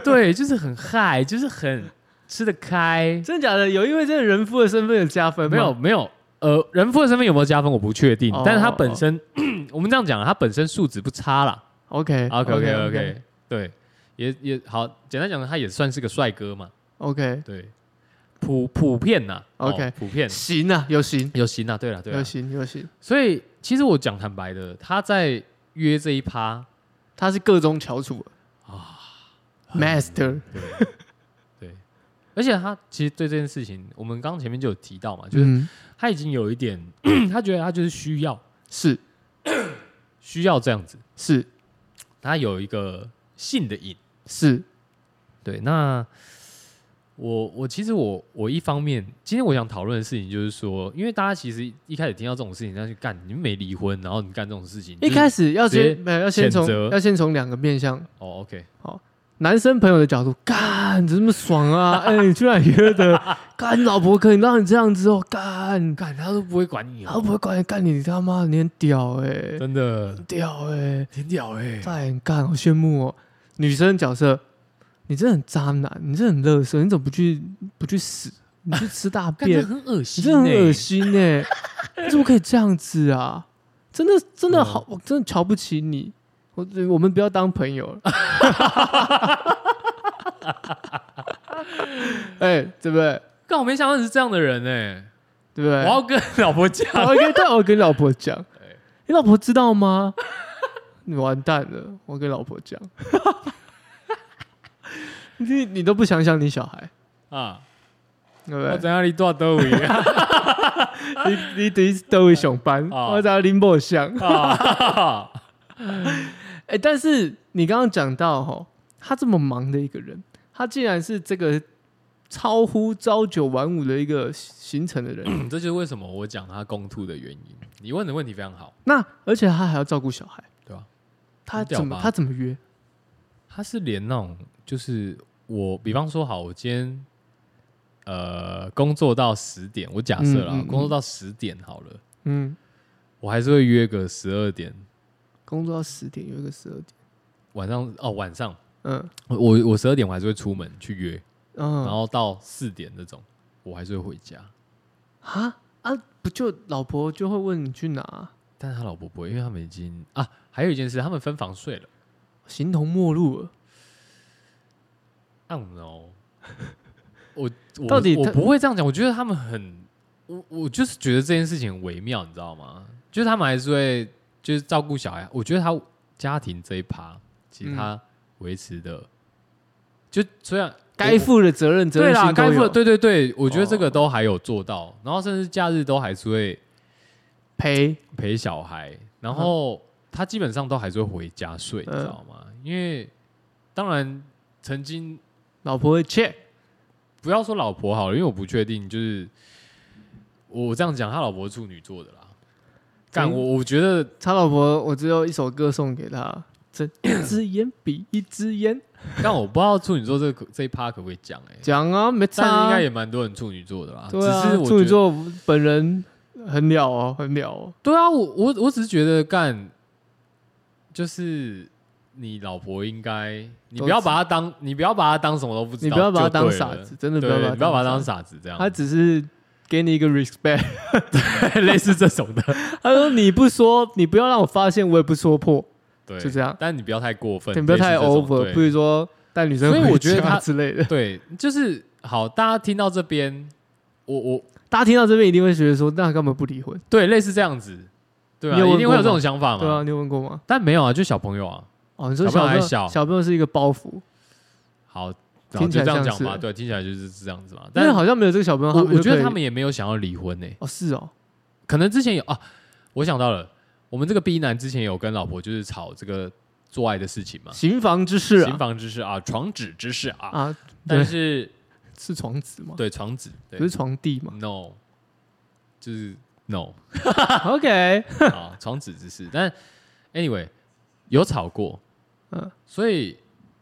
Speaker 1: 对，就是很嗨，就是很吃得开，
Speaker 2: 真的假的？有因为这个人夫的身份有加分吗
Speaker 1: 没有？没有。呃，人夫的身份有没有加分我不确定，
Speaker 2: 哦
Speaker 1: 但是他本身， 我们这样讲啊，他本身素质不差啦。
Speaker 2: ？OK
Speaker 1: OK OK OK，对，也也好，简单讲，他也算是个帅哥嘛，
Speaker 2: OK，
Speaker 1: 对，普普遍呐、哦
Speaker 2: OK
Speaker 1: 普遍
Speaker 2: 行啊，有行
Speaker 1: 有型啊，对了对
Speaker 2: 有
Speaker 1: 了，
Speaker 2: 行有行，
Speaker 1: 所以其实我讲坦白的，他在约这一趴，
Speaker 2: 他是各中翘楚啊，Master，
Speaker 1: 对对，而且他其实对这件事情，我们刚刚前面就有提到嘛，就是
Speaker 2: 嗯，
Speaker 1: 他已经有一点， 他觉得他就是需要
Speaker 2: 是
Speaker 1: 需要这样子，
Speaker 2: 是
Speaker 1: 他有一个性的瘾。
Speaker 2: 是，
Speaker 1: 对，那我我其实我我一方面，今天我想讨论的事情就是说，因为大家其实一开始听到这种事情，他就干你们没离婚，然后你干这种事情，
Speaker 2: 一
Speaker 1: 就是
Speaker 2: 开始要
Speaker 1: 直接
Speaker 2: 先没有要先
Speaker 1: 谴
Speaker 2: 从
Speaker 1: 责
Speaker 2: 要先从两个面向。
Speaker 1: 哦，OK，
Speaker 2: 男生朋友的角度，干怎么那么爽啊？哎、你居然约的，干你老婆可以让你这样子哦，干
Speaker 1: 干他都不会管你哦
Speaker 2: 他会不会管你干你他妈，你很屌哎、
Speaker 1: 真的
Speaker 2: 屌哎、
Speaker 1: 挺屌哎、
Speaker 2: 再很干，好羡慕哦。女生角色，你真的很渣男，你真的很乐色，你怎么不去不去死？你去吃大
Speaker 1: 干这
Speaker 2: 便，
Speaker 1: 很恶
Speaker 2: 你
Speaker 1: 心、欸，
Speaker 2: 真的很恶。心哎、 你怎么可以这样子啊？真的真
Speaker 1: 啊
Speaker 2: 的好，我真的瞧不起你。我我们不要当朋友了。 哎、对不对？
Speaker 1: 干我没想到你是这样的人哎、
Speaker 2: 对不对？
Speaker 1: 我要跟老婆讲，
Speaker 2: 我跟但我跟老婆讲
Speaker 1: 哎，
Speaker 2: 你老婆知道吗？你完蛋了，我跟老婆讲， 你你都不想想你小孩，
Speaker 1: 啊，
Speaker 2: 对
Speaker 1: 我
Speaker 2: 不
Speaker 1: 怎样你多都位啊？
Speaker 2: 对？你你等于都会上班，
Speaker 1: 啊
Speaker 2: 我找林某想。
Speaker 1: 啊
Speaker 2: 哎、但是你刚刚讲到哈，他这么忙的一个人，他竟然是这个超乎朝九晚五的一个行程 的人，
Speaker 1: 嗯这就是为什么我讲他公吐的原因。你问的问题非常好，
Speaker 2: 那而且他还要照顾小孩，
Speaker 1: 对吧、
Speaker 2: 他
Speaker 1: 很屌
Speaker 2: 怎么
Speaker 1: 吧
Speaker 2: 他怎么约？
Speaker 1: 他是连那种，就是我，比方说好，我今天呃工作到十点，我假设啦，
Speaker 2: 嗯嗯嗯
Speaker 1: 工作到十点好了，
Speaker 2: 嗯，
Speaker 1: 我还是会约个十二点
Speaker 2: 工作到十点，有一个十二点，
Speaker 1: 晚上哦晚上，
Speaker 2: 嗯
Speaker 1: 我我十二点我还是会出门去约，
Speaker 2: 嗯，
Speaker 1: 然后到四点这种，我还是会回家。
Speaker 2: 啊啊！不就老婆就会问你去哪，
Speaker 1: 但他老婆不会，因为他们已经啊，还有一件事，他们分房睡了。
Speaker 2: 形同陌路了。
Speaker 1: I don't know，我我
Speaker 2: 到底
Speaker 1: 我
Speaker 2: 他
Speaker 1: 不会这样讲，我觉得他们很，我我就是觉得这件事情很微妙，你知道吗？就是他们还是会就是照顾小孩，我觉得他家庭这一趴，其
Speaker 2: 嗯
Speaker 1: 实他维持的，就虽然
Speaker 2: 该负的责任，责
Speaker 1: 对
Speaker 2: 任
Speaker 1: 啦，
Speaker 2: 心都有
Speaker 1: 该负的对对对，我觉得这个
Speaker 2: 哦
Speaker 1: 都还有做到，然后甚至假日都还是会
Speaker 2: 陪，
Speaker 1: 陪小孩，
Speaker 2: 嗯
Speaker 1: 然后他基本上都还是会回家睡，你知道吗？因为当然曾经
Speaker 2: 老婆会 check，
Speaker 1: 不要说老婆好了，因为我不确定，就是我这样讲，他老婆是处女座的啦。干
Speaker 2: 嗯
Speaker 1: 我，我觉得
Speaker 2: 他老婆我只有一首歌送给他，睁一只眼比一只眼。
Speaker 1: 但我不知道处女座这个这一趴可不可以讲哎、欸，
Speaker 2: 讲啊，没差
Speaker 1: 但是
Speaker 2: 啊、
Speaker 1: 应该也蛮多人处女座的啦。
Speaker 2: 对啊。
Speaker 1: 只是我
Speaker 2: 处
Speaker 1: 觉
Speaker 2: 女
Speaker 1: 得
Speaker 2: 座本人很了哦，很了哦。
Speaker 1: 对啊，我我我只是觉得干，就是你老婆应该，你不要把她当，你不要把她当什么都不知道，
Speaker 2: 你不要把他当
Speaker 1: 就对了
Speaker 2: 傻子，，真的
Speaker 1: 对，
Speaker 2: 不要把
Speaker 1: 你不要把她当
Speaker 2: 傻
Speaker 1: 傻子这
Speaker 2: 子。
Speaker 1: 样，
Speaker 2: 他只是给你一个 respect，
Speaker 1: 类似这种的，
Speaker 2: 他说你不说，你不要让我发现，我也不说破，
Speaker 1: 对，
Speaker 2: 就这样
Speaker 1: 但你不要太过分，
Speaker 2: 你不要太
Speaker 1: 类似这种
Speaker 2: over，
Speaker 1: 对
Speaker 2: 比如说带女生
Speaker 1: 所以
Speaker 2: 回
Speaker 1: 我觉得
Speaker 2: 家
Speaker 1: 他
Speaker 2: 之类的。
Speaker 1: 对，就是好，大家听到这边，我我
Speaker 2: 大家听到这边一定会觉得说，那干嘛不离婚？
Speaker 1: 对类似这样子，对啊，
Speaker 2: 你有问
Speaker 1: 一定会有
Speaker 2: 过
Speaker 1: 这
Speaker 2: 吗
Speaker 1: 种想法
Speaker 2: 对啊，
Speaker 1: 嘛？
Speaker 2: 你有问过吗？
Speaker 1: 但没有啊，就小朋友啊，
Speaker 2: 哦，你说
Speaker 1: 小朋友还小
Speaker 2: 小朋友是一个包袱，
Speaker 1: 好，然后
Speaker 2: 听
Speaker 1: 就
Speaker 2: 起来
Speaker 1: 这样
Speaker 2: 像
Speaker 1: 讲
Speaker 2: 是
Speaker 1: 吧，对，听起来就是这样子嘛。但
Speaker 2: 但是好像没有这个小朋友，
Speaker 1: 我
Speaker 2: 就
Speaker 1: 我觉得
Speaker 2: 可以
Speaker 1: 欸他们也没有想要离婚呢，
Speaker 2: 哦是哦，
Speaker 1: 可能之前有啊，我想到了，我们这个 B 男之前有跟老婆就是吵这个做爱的事情嘛，
Speaker 2: 行房之事
Speaker 1: 啊行
Speaker 2: 啊，
Speaker 1: 房之事啊，床纸之事啊，
Speaker 2: 啊，
Speaker 1: 但
Speaker 2: 对，
Speaker 1: 是
Speaker 2: 是床子嘛，
Speaker 1: 对床纸对
Speaker 2: 不是床地嘛
Speaker 1: ，no，就是 no
Speaker 2: ？OK，
Speaker 1: 啊，床纸之事，但 anyway 有吵过，
Speaker 2: 嗯
Speaker 1: 所以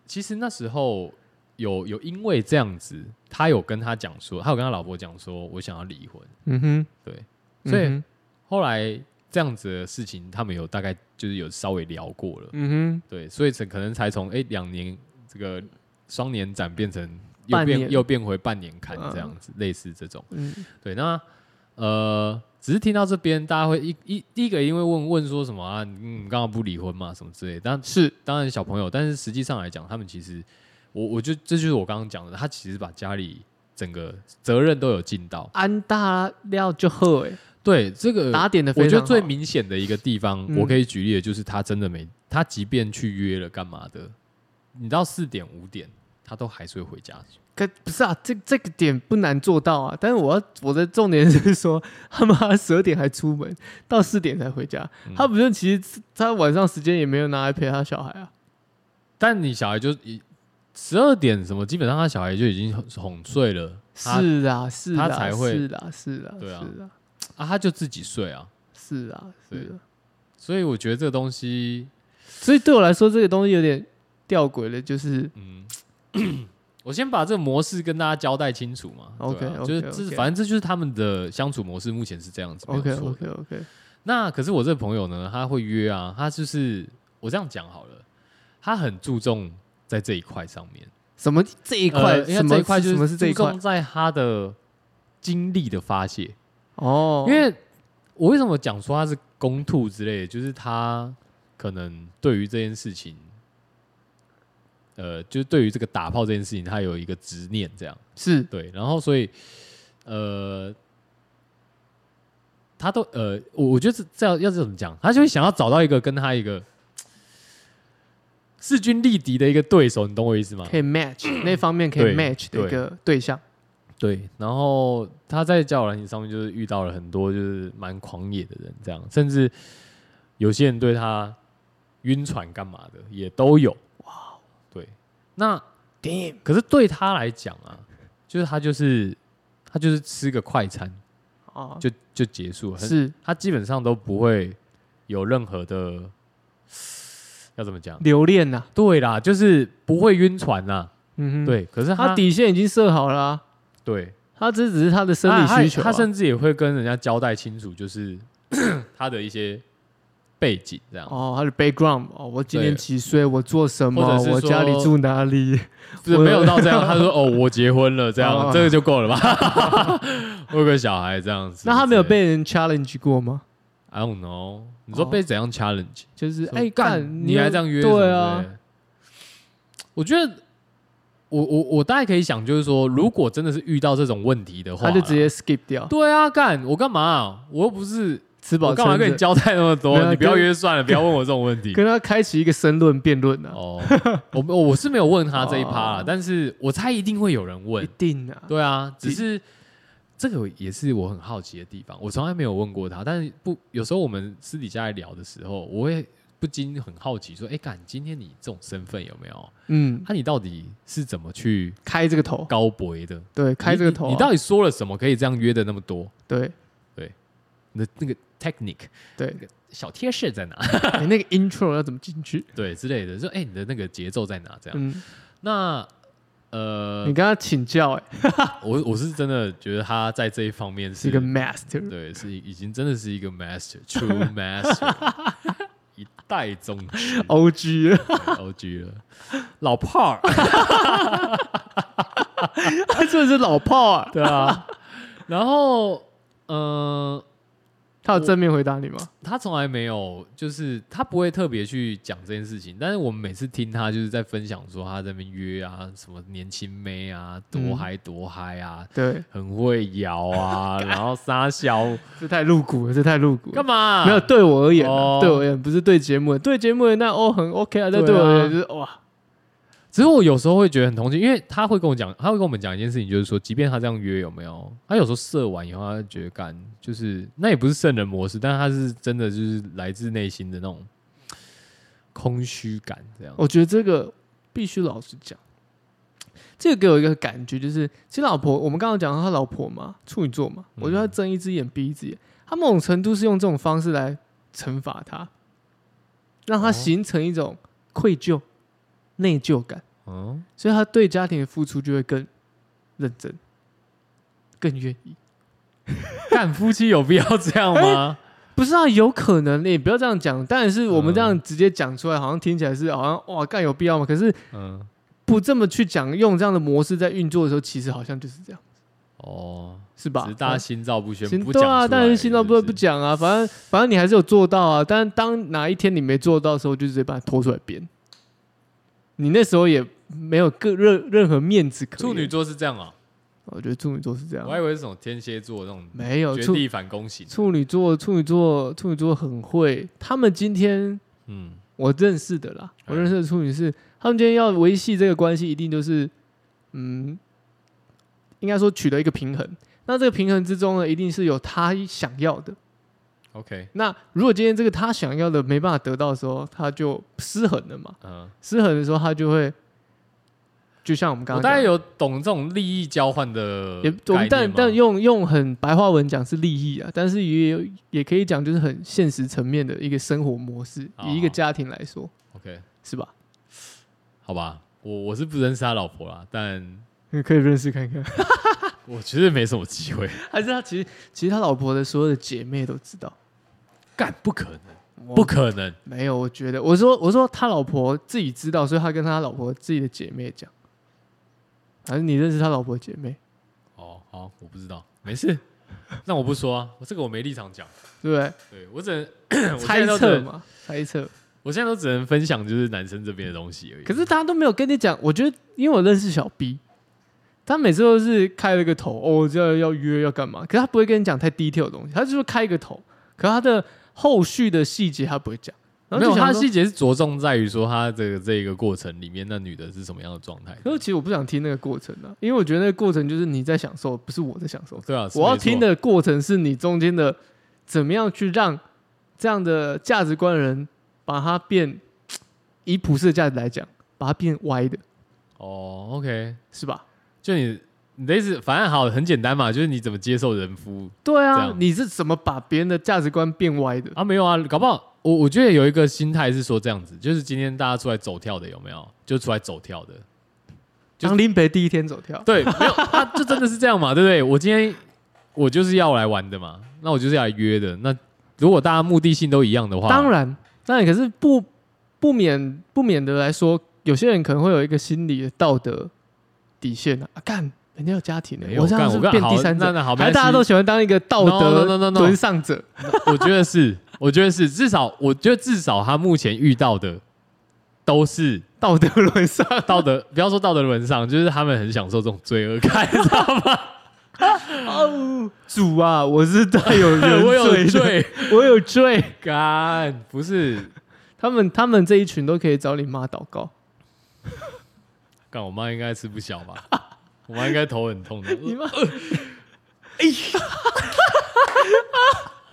Speaker 1: 其实那时候有有因为这样子，他有跟他讲说，他有跟他老婆讲说我想要离婚，
Speaker 2: 嗯哼，
Speaker 1: 对，所以
Speaker 2: 嗯
Speaker 1: 后来这样子的事情，他们有大概就是有稍微聊过了
Speaker 2: 哼，，嗯
Speaker 1: 对，所以才可能才从哎两年这个双年展变成又
Speaker 2: 半
Speaker 1: 变
Speaker 2: 年
Speaker 1: 又变回半年看
Speaker 2: 嗯
Speaker 1: 这样子，类似这种。
Speaker 2: 哼，嗯，
Speaker 1: 对，那呃，只是听到这边，大家会一一第一个因为问问说什么啊，嗯，刚刚不离婚嘛，什么之类的。但
Speaker 2: 是
Speaker 1: 当然小朋友，但是实际上来讲，他们其实我我就这就是我刚刚讲的，他其实把家里整个责任都有尽到。
Speaker 2: 安大料就好哎，
Speaker 1: 对这个
Speaker 2: 打点的
Speaker 1: 我
Speaker 2: 非
Speaker 1: 觉
Speaker 2: 常
Speaker 1: 得最
Speaker 2: 好
Speaker 1: 明显的一个地方，
Speaker 2: 嗯
Speaker 1: 我可以举例的就是他真的没，他即便去约了干嘛的，你到四点五点，他都还是会回家。
Speaker 2: 可不是啊，这这个点不难做到啊。但是我要我的重点是说，他妈十二点还出门，到四点才回家。
Speaker 1: 嗯
Speaker 2: 他不是其实他晚上时间也没有拿来陪他小孩啊。
Speaker 1: 但你小孩就一十二点什么，基本上他小孩就已经哄哄睡了，他
Speaker 2: 是啊，是啊，
Speaker 1: 他才会
Speaker 2: 是啊，是啊，
Speaker 1: 对啊
Speaker 2: 是啊，
Speaker 1: 啊他就自己睡啊。
Speaker 2: 是啊，是
Speaker 1: 对
Speaker 2: 啊。
Speaker 1: 所以我觉得这个东西，
Speaker 2: 所以对我来说，这个东西有点吊诡了，就是
Speaker 1: 嗯，我先把这个模式跟大家交代清楚嘛。对啊
Speaker 2: OK，OK，OK
Speaker 1: 就是这，反正这就是他们的相处模式，目前是这样子。没有
Speaker 2: OK
Speaker 1: 错
Speaker 2: OK OK，
Speaker 1: 那可是我这个朋友呢，他会约啊，他就是我这样讲好了，他很注重在这一块上面，
Speaker 2: 什么这一块，
Speaker 1: 呃因为
Speaker 2: 什么
Speaker 1: 这一块就
Speaker 2: 什么是这一
Speaker 1: 注
Speaker 2: 块
Speaker 1: 重？在他的精力的发泄，
Speaker 2: 哦，
Speaker 1: 因为我为什么讲说他是公兔之类的，就是他可能对于这件事情，呃，就是对于这个打炮这件事情，他有一个执念，这样
Speaker 2: 是
Speaker 1: 对，然后所以呃，他都呃，我我觉得这这要要是怎么讲，他就会想要找到一个跟他一个势均力敌的一个对手，你懂我意思吗？
Speaker 2: 可以 match 那方面可以
Speaker 1: 啊对
Speaker 2: match 的
Speaker 1: 对
Speaker 2: 一个对象。
Speaker 1: 对，然后他在交友软件上面就是遇到了很多就是蛮狂野的人，这样，甚至有些人对他晕船干嘛的也都有。哇，对，那
Speaker 2: 哦 Damn，
Speaker 1: 可是对他来讲啊，就是他就是他就是吃个快餐
Speaker 2: 啊，
Speaker 1: 就就结束了，很
Speaker 2: 是
Speaker 1: 他基本上都不会有任何的要怎么讲？
Speaker 2: 留恋呐。
Speaker 1: 对啦，就是不会晕船啦。
Speaker 2: 嗯哼，
Speaker 1: 对，可是他
Speaker 2: 他底线已经设好了啊、
Speaker 1: 对
Speaker 2: 他这只是他的生理
Speaker 1: 他
Speaker 2: 需求啊、
Speaker 1: 他甚至也会跟人家交代清楚，就是 他的一些背景这样，
Speaker 2: 哦，他的 background 哦，我今年
Speaker 1: 对
Speaker 2: 几岁，我做什么
Speaker 1: 或者，是
Speaker 2: 我家里
Speaker 1: 说
Speaker 2: 住哪里，
Speaker 1: 不是
Speaker 2: 我
Speaker 1: 没有到这样。他说：“哦，我结婚了，这样
Speaker 2: 哦
Speaker 1: 这个就够了吧？ 我有个小孩这样子。”
Speaker 2: 那他没有被人 challenge 过吗？
Speaker 1: ？I don't know。你说
Speaker 2: 哦
Speaker 1: 被怎样 challenge？
Speaker 2: 就是
Speaker 1: 说
Speaker 2: 哎干，
Speaker 1: 你还这样约？
Speaker 2: 对啊，，
Speaker 1: 我觉得。我我我大概可以想，就是说，如果真的是遇到这种问题的话啦，
Speaker 2: 他就直接 skip 掉，
Speaker 1: 对啊，干我干嘛啊、我又不是
Speaker 2: 吃
Speaker 1: 我
Speaker 2: 饱
Speaker 1: 干嘛跟你
Speaker 2: 撑
Speaker 1: 交
Speaker 2: 着，
Speaker 1: 代那么
Speaker 2: 没有
Speaker 1: 多？
Speaker 2: 啊
Speaker 1: 你不要
Speaker 2: 跟
Speaker 1: 约算了，不要问我这种问 题。
Speaker 2: 跟他开启一个申论辩论啊，
Speaker 1: 哦，我我我是没有问他这一趴啦
Speaker 2: 哦，
Speaker 1: 但是我猜一定会有人
Speaker 2: 一
Speaker 1: 问。
Speaker 2: 定啊，
Speaker 1: 对啊，只是这个也是我很好奇的地方，我从来没有问过他。但是不，有时候我们私底下来聊的时候，我会不禁很好奇，说：“哎、干，今天你这种身份有没有？
Speaker 2: 嗯，
Speaker 1: 那、你到底是怎么去
Speaker 2: 开这个头，
Speaker 1: 高博的？
Speaker 2: 对，开这个头啊、
Speaker 1: 你你，你到底说了什么可以这样约的那么多？
Speaker 2: 对
Speaker 1: 你的那个 technique
Speaker 2: 对、
Speaker 1: 小贴士在哪？
Speaker 2: 哎那个 intro 要怎么进去？
Speaker 1: 对之类的，说哎、你的那个节奏在哪？这样，
Speaker 2: 嗯，
Speaker 1: 那呃
Speaker 2: 你，跟他请教、哎，
Speaker 1: 我我是真的觉得他在这一方面
Speaker 2: 是
Speaker 1: 是
Speaker 2: 一个 master，
Speaker 1: 对，是已经真的是一个 master，true master，一 代宗师
Speaker 2: OG 啊。
Speaker 1: 对 OG 了，老炮儿，
Speaker 2: 他真的是老炮啊！
Speaker 1: 对啊。然后，呃，
Speaker 2: 他有正面回答你吗？
Speaker 1: 他从来没有，就是他不会特别去讲这件事情，但是我们每次听他就是在分享说他在那边约啊，什么年轻妹啊，多
Speaker 2: 嗯
Speaker 1: 嗨多嗨啊，
Speaker 2: 对，
Speaker 1: 很会摇 啊，然后撒小
Speaker 2: 这太露骨了，这太露骨了
Speaker 1: 干。嘛？
Speaker 2: 没有对我而言啊、
Speaker 1: 哦
Speaker 2: 对我而言不是对节目的，对节目的那哦很 OK 啊，但
Speaker 1: 对
Speaker 2: 对
Speaker 1: 啊
Speaker 2: 我而言就是哇，
Speaker 1: 只是我有时候会觉得很同情，因为他会跟我讲，他会跟我们讲一件事情，就是说，即便他这样约有没有，他有时候射完以后，他就觉得干，就是那也不是圣人模式，但他是真的就是来自内心的那种空虚感，这样。
Speaker 2: 我觉得这个必须老实讲，这个给我一个感觉就是，其实老婆，我们刚刚讲到他老婆嘛，处女座嘛，
Speaker 1: 嗯
Speaker 2: 我觉得他睁一只眼闭一只眼，他某种程度是用这种方式来惩罚他，让他
Speaker 1: 哦
Speaker 2: 形成一种愧疚、内疚感，
Speaker 1: 嗯，
Speaker 2: 所以他对家庭的付出就会更认真，更愿意。
Speaker 1: 干夫妻有必要这样 吗？
Speaker 2: 不是啊，有可能你、不要这样讲，但是我们这样
Speaker 1: 嗯
Speaker 2: 直接讲出来，好像听起来是好像哇，干有必要吗？可是
Speaker 1: 嗯，
Speaker 2: 不这么去讲，用这样的模式在运作的时候，其实好像就是这样，
Speaker 1: 哦，
Speaker 2: 是吧？
Speaker 1: 只是大家心照不宣，
Speaker 2: 行
Speaker 1: 不
Speaker 2: 对
Speaker 1: 讲出
Speaker 2: 啊，
Speaker 1: 来
Speaker 2: 当然心照不
Speaker 1: 是
Speaker 2: 不
Speaker 1: 不是
Speaker 2: 讲啊，反正反正你还是有做到啊。但当哪一天你没做到的时候，就直接把它拖出来编。你那时候也没有个任任何面子可言
Speaker 1: 处女，座是这样啊，
Speaker 2: 我觉得处女座是这样
Speaker 1: 我，还以为是什么天蝎座那种
Speaker 2: 没有
Speaker 1: 绝
Speaker 2: 嗯处
Speaker 1: 地反攻型。
Speaker 2: 处女座处女座处女座很会，他们今天
Speaker 1: 嗯，
Speaker 2: 我认识的啦，我
Speaker 1: 嗯
Speaker 2: 认识的处女是，他们今天要维系这个关系，一定就是，嗯，应该说取得一个平衡。那这个平衡之中呢，一定是有他想要的。
Speaker 1: OK，
Speaker 2: 那如果今天这个他想要的没办法得到的时候，他就失衡了嘛。
Speaker 1: 嗯，
Speaker 2: 失衡的时候，他就会，就像我们刚
Speaker 1: 我
Speaker 2: 刚
Speaker 1: 大概
Speaker 2: 讲的，
Speaker 1: 有懂这种利益交换的
Speaker 2: 也我
Speaker 1: 概念
Speaker 2: 们但
Speaker 1: 吗
Speaker 2: 但用用很白话文讲是利益啊，但是也有也可以讲就是很现实层面的一个生活模式，
Speaker 1: 哦
Speaker 2: 以一个家庭来说，
Speaker 1: OK，
Speaker 2: 是吧？
Speaker 1: 好吧，我我是不认识他老婆啦，但
Speaker 2: 你嗯可以认识看看。
Speaker 1: 我觉得没什么机会，
Speaker 2: 还是他其实其实他老婆的所有的姐妹都知道，
Speaker 1: 干不可能，不可能，
Speaker 2: 没有，我觉得我说我说他老婆自己知道，所以他跟他老婆自己的姐妹讲，还是你认识他老婆姐妹，
Speaker 1: 哦，好，我不知道，没事， 那我不说啊，我这个我没立场讲，
Speaker 2: 对不对？
Speaker 1: 对我只能 我现
Speaker 2: 猜
Speaker 1: 在都只
Speaker 2: 测
Speaker 1: 能，
Speaker 2: 嘛，猜测。
Speaker 1: 我现在都只能分享就是男生这边的东西而已。
Speaker 2: 可是他都没有跟你讲，我觉得因为我认识小 B，他每次都是开了个头，哦，这要约要干嘛？可是他不会跟你讲太 detail 的东西，他就是开一个头，可他的后续的细节他不会讲。然
Speaker 1: 没
Speaker 2: 后
Speaker 1: 有，
Speaker 2: 就想
Speaker 1: 他的
Speaker 2: 说
Speaker 1: 细节是着重在于说他这个这个过程里面那女的是什么样的状态。
Speaker 2: 可是其实我不想听那个过程啊，因为我觉得那个过程就是你在享受，不是我在享受。
Speaker 1: 对啊，是
Speaker 2: 我要
Speaker 1: 没错
Speaker 2: 听的过程是你中间的怎么样去让这样的价值观的人把它变，以普世的价值来讲，把它变歪的，
Speaker 1: 哦，OK，
Speaker 2: 是吧？
Speaker 1: 就你你的意思，反正好很简单嘛，就是你怎么接受人夫
Speaker 2: 对
Speaker 1: 这
Speaker 2: 啊，
Speaker 1: 样
Speaker 2: 你是怎么把别人的价值观变歪的？
Speaker 1: 啊？没有啊，搞不好我我觉得有一个心态是说这样子，就是今天大家出来走跳的有没有？就出来走跳的，就
Speaker 2: 当林北第一天走跳，
Speaker 1: 对，没有 啊，就真的是这样嘛，对不对？我今天我就是要来玩的嘛，那我就是要来约的。那如果大家目的性都一样的话，
Speaker 2: 当然，当然，可是不不免不免的来说，有些人可能会有一个心理的道德底线啊，啊干。人家有家庭的、欸
Speaker 1: 没有
Speaker 2: 我这样
Speaker 1: 干
Speaker 2: 是
Speaker 1: 我干
Speaker 2: 变
Speaker 1: 好
Speaker 2: 第三者，
Speaker 1: 那那好没
Speaker 2: 还大家
Speaker 1: 关系
Speaker 2: 都喜欢当一个道
Speaker 1: No, no, no, no,
Speaker 2: 德
Speaker 1: no
Speaker 2: 沦丧者。
Speaker 1: 我觉得是，我觉得是，至少我觉得至少他目前遇到的都是
Speaker 2: 道德沦丧。
Speaker 1: 道德，不要说道德沦丧，就是他们很享受这种罪恶感， 你知道吗？
Speaker 2: 哦，主啊， 我是带有人
Speaker 1: 我有
Speaker 2: 罪
Speaker 1: 罪
Speaker 2: 的，我有罪。
Speaker 1: 感，不是
Speaker 2: 他们他们这一群都可以找你妈祷告，
Speaker 1: 干，我妈应该吃不消 吧？我妈应该头很痛的。
Speaker 2: 你妈，
Speaker 1: 呃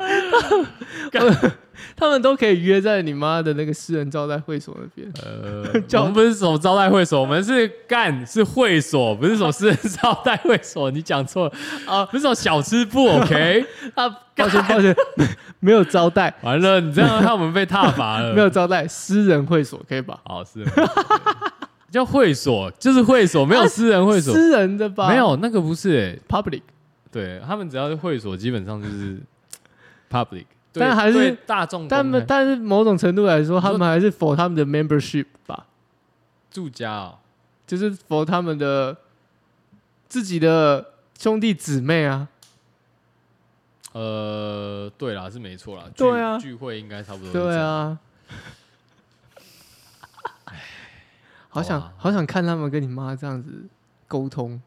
Speaker 2: 哎， 他们都可以约在你妈的那个私人招待会所那边。
Speaker 1: 呃，
Speaker 2: 叫
Speaker 1: 我们不是什么招待会所，我们是干是会所，不是什么私人招待会所。你讲错了啊，不是什么小吃 部，OK？
Speaker 2: 啊，抱歉抱歉， 没有招待，
Speaker 1: 完了，你这样让我们被踏伐了。
Speaker 2: 没有招待，私人会所可以吧？
Speaker 1: 好是叫会所，就是会所，没有私人会所，
Speaker 2: 啊私人的吧？
Speaker 1: 没有那个不是、欸，
Speaker 2: public，
Speaker 1: 对他们只要是会所，基本上就是 public，对
Speaker 2: 但还是
Speaker 1: 对大众公开，
Speaker 2: 但们但是某种程度来说，
Speaker 1: 你说
Speaker 2: 他们还是否他们的 membership 吧。
Speaker 1: 住家哦，
Speaker 2: 就是否他们的自己的兄弟姊妹啊，
Speaker 1: 呃，对啦，是没错啦，聚
Speaker 2: 对啊
Speaker 1: 聚会应该差不多，
Speaker 2: 对，啊。好想
Speaker 1: 好啊
Speaker 2: 好想看他们跟你妈这样子沟通，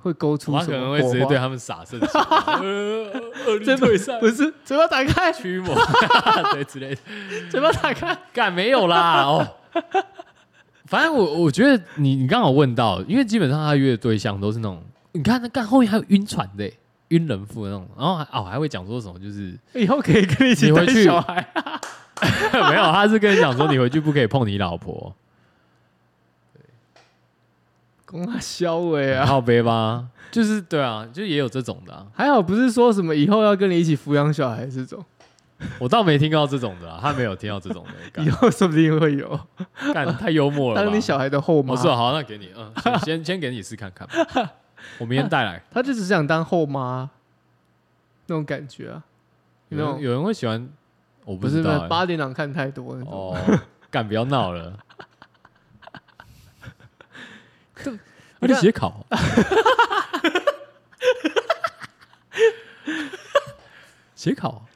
Speaker 2: 会勾出
Speaker 1: 我妈
Speaker 2: 什
Speaker 1: 可能
Speaker 2: 么
Speaker 1: 会直接
Speaker 2: 火
Speaker 1: 对
Speaker 2: 花？
Speaker 1: 他们撒圣水，呃，呃你
Speaker 2: 真的
Speaker 1: 退赛
Speaker 2: 不是嘴巴 打开，
Speaker 1: 驱魔， 对之类的，
Speaker 2: 嘴巴打开，
Speaker 1: 干没有啦，哦，反正我我觉得你你刚好问到，因为基本上他约的对象都是那种，你看他干后面还有晕船的欸，晕人妇的那种，然后还哦还会讲说什么就是
Speaker 2: 以后可以跟你一起
Speaker 1: 你回
Speaker 2: 带
Speaker 1: 去
Speaker 2: 小孩啊，
Speaker 1: 没有，他是跟你讲说你回去不可以碰你老婆，
Speaker 2: 公他小伟啊，
Speaker 1: 靠背吧，就是对啊，就也有这种的、啊，
Speaker 2: 还好不是说什么以后要跟你一起抚养小孩这种，
Speaker 1: 我倒没听到这种的、啊，他没有听到这种的，
Speaker 2: 以后说不定会有。
Speaker 1: 干干太幽默了吧
Speaker 2: 当你小孩的后妈
Speaker 1: 我，说好，那给你，嗯，先先先给你试看看吧，我明天带来。
Speaker 2: 他就只想当后妈那种感觉啊，
Speaker 1: 有人
Speaker 2: 有
Speaker 1: 有人会喜欢，我不
Speaker 2: 不
Speaker 1: 知
Speaker 2: 是
Speaker 1: 道
Speaker 2: 那
Speaker 1: 欸、
Speaker 2: 八点档看太多那种。
Speaker 1: 哦，干不要闹 了，而且写 考，写考，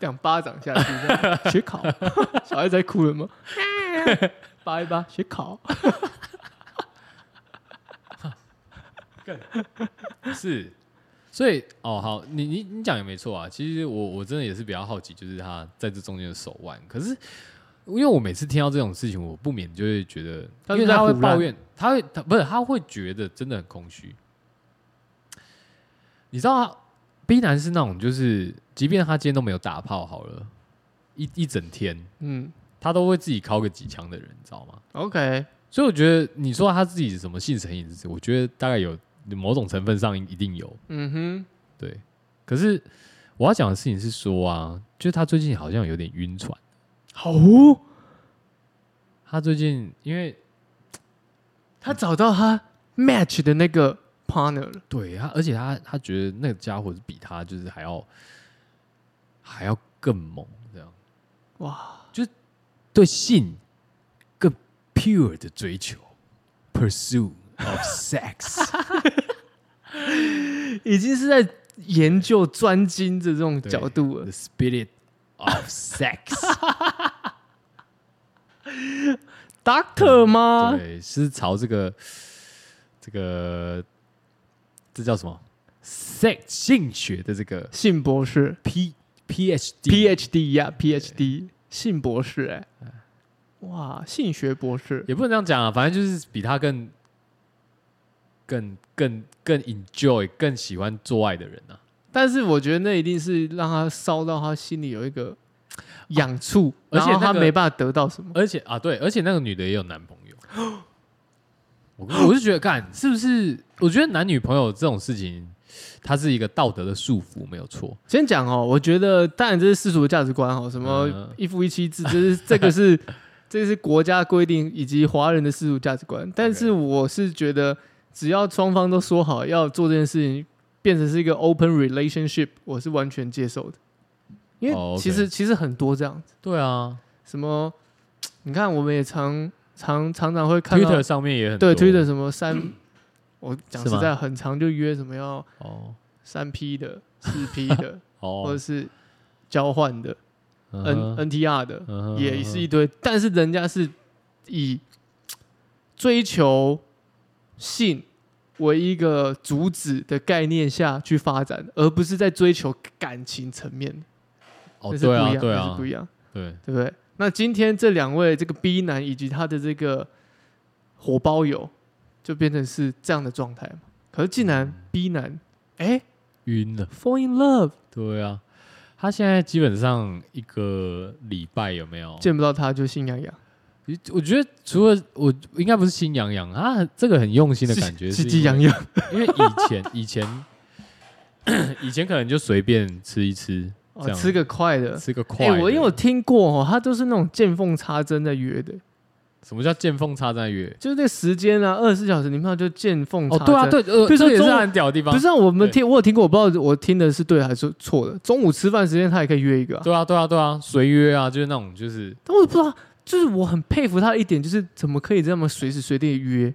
Speaker 2: 两巴掌下去，这样学考， 小孩在哭了吗？ 扒一扒，学考，
Speaker 1: 是，所以哦，好，你你你讲也没错啊。其实我我真的也是比较好奇，就是他在这中间的手腕。可是因为我每次听到这种事情，我不免就会觉得，
Speaker 2: 他
Speaker 1: 因为
Speaker 2: 是在
Speaker 1: 他会
Speaker 2: 胡
Speaker 1: 抱
Speaker 2: 乱
Speaker 1: 怨，他会他不是他会觉得真的很空虚。你知道啊，B 男是那种就是，即便他今天都没有打炮好了，一一整天
Speaker 2: 嗯
Speaker 1: 他都会自己敲个几枪的人，你知道吗？
Speaker 2: ，OK，
Speaker 1: 所以我觉得你说他自己什么性成瘾，我觉得大概有某种成分上一定有。
Speaker 2: 嗯
Speaker 1: 对，可是我要讲的事情是说啊，就是他最近好像有点晕船。
Speaker 2: 哼，好、哦，
Speaker 1: 他最近因为
Speaker 2: 他找到他 match 的那个 partner 了，
Speaker 1: 对他，而且他他觉得那个家伙是比他就是还要还要更猛，这样
Speaker 2: 哇，
Speaker 1: 对性更 pure 的追求，pursue of sex
Speaker 2: 已经是在研究专精的这种
Speaker 1: 对
Speaker 2: 角度啊了
Speaker 1: the，spirit of sex，
Speaker 2: Doctor 吗？
Speaker 1: 对，是朝这个这个这叫什么 sex 性学的这个
Speaker 2: 性博士
Speaker 1: P PhD
Speaker 2: ，PhD 呀、PhD，性博士、哎，哇，性学博士，
Speaker 1: 也不能这样讲啊，反正就是比他更更更更 enjoy 更喜欢做爱的人啊。
Speaker 2: 但是我觉得那一定是让他烧到他心里有一个痒处，
Speaker 1: 而且
Speaker 2: 然后
Speaker 1: 那
Speaker 2: 他
Speaker 1: 个
Speaker 2: 没办法得到什么。
Speaker 1: 而且啊，对，而且那个女的也有男朋友。我我是觉得，干是不是？我觉得男女朋友这种事情，它是一个道德的束缚，没有错。
Speaker 2: 先讲哦，我觉得当然这是世俗的价值观哦，什么
Speaker 1: 嗯
Speaker 2: 一夫一妻制，这是这 个是这是国家规定以及华人的世俗价值观。但是我是觉得，只要双方都说好要做这件事情，变成是一个 open relationship，我是完全接受的。因
Speaker 1: 哦
Speaker 2: 为
Speaker 1: ，OK
Speaker 2: 其实、其实很多这样子，
Speaker 1: 对啊
Speaker 2: 什么你看我们也常常常常会看到
Speaker 1: ，Twitter 上面也很
Speaker 2: 对
Speaker 1: 多
Speaker 2: Twitter 什么三，我讲
Speaker 1: 是
Speaker 2: 实
Speaker 1: 吗
Speaker 2: 在很长，就约什么要
Speaker 1: 哦
Speaker 2: 三 P 的、四 P 的，或者
Speaker 1: 哦
Speaker 2: 是交换的、N NTR 的，
Speaker 1: 嗯
Speaker 2: 呃也是一堆。但是人家是以追求性为一个主旨的概念下去发展，而不是在追求感情层面，
Speaker 1: 哦
Speaker 2: 这是不
Speaker 1: 对
Speaker 2: 一
Speaker 1: 啊
Speaker 2: 样，
Speaker 1: 对
Speaker 2: 这是
Speaker 1: 啊
Speaker 2: 不一样，
Speaker 1: 对
Speaker 2: 对不对？那今天这两位这个 B 男以及他的这个火包友，就变成是这样的状态嘛？可是竟
Speaker 1: 嗯
Speaker 2: 然 B 男，哎
Speaker 1: 晕了，
Speaker 2: ，fall in love，
Speaker 1: 对啊。他现在基本上一个礼拜有没有？
Speaker 2: 见不到他就心痒痒，
Speaker 1: 其实我觉得除了我应该不是心痒痒啊，他这个很用心的感觉是因为
Speaker 2: 鸡鸡痒，痒。
Speaker 1: 因为以 前以前 以前可能就随便吃一吃，这
Speaker 2: 哦，
Speaker 1: 样
Speaker 2: 吃个快的，
Speaker 1: 吃个快
Speaker 2: 哎、
Speaker 1: 的。
Speaker 2: 我因为我听过哦，他都是那种见缝插针在约的，
Speaker 1: 什么叫见缝插针约？
Speaker 2: 就是那个时间啊，二十四小时，你们就见缝插
Speaker 1: 哦，
Speaker 2: 针。
Speaker 1: 对啊，，对，呃，
Speaker 2: 比如说
Speaker 1: 这也是
Speaker 2: 中午
Speaker 1: 他很屌的地方
Speaker 2: 不。是、啊、我们
Speaker 1: 对
Speaker 2: 听，我有听过，我不知道我听的是对还是错的。中午吃饭时间他也可以约一个、啊，
Speaker 1: 对啊，对啊，对啊，随约啊，就是那种就是
Speaker 2: 但我也不知道，就是我很佩服他的一点，就是怎么可以这么随时随地地约。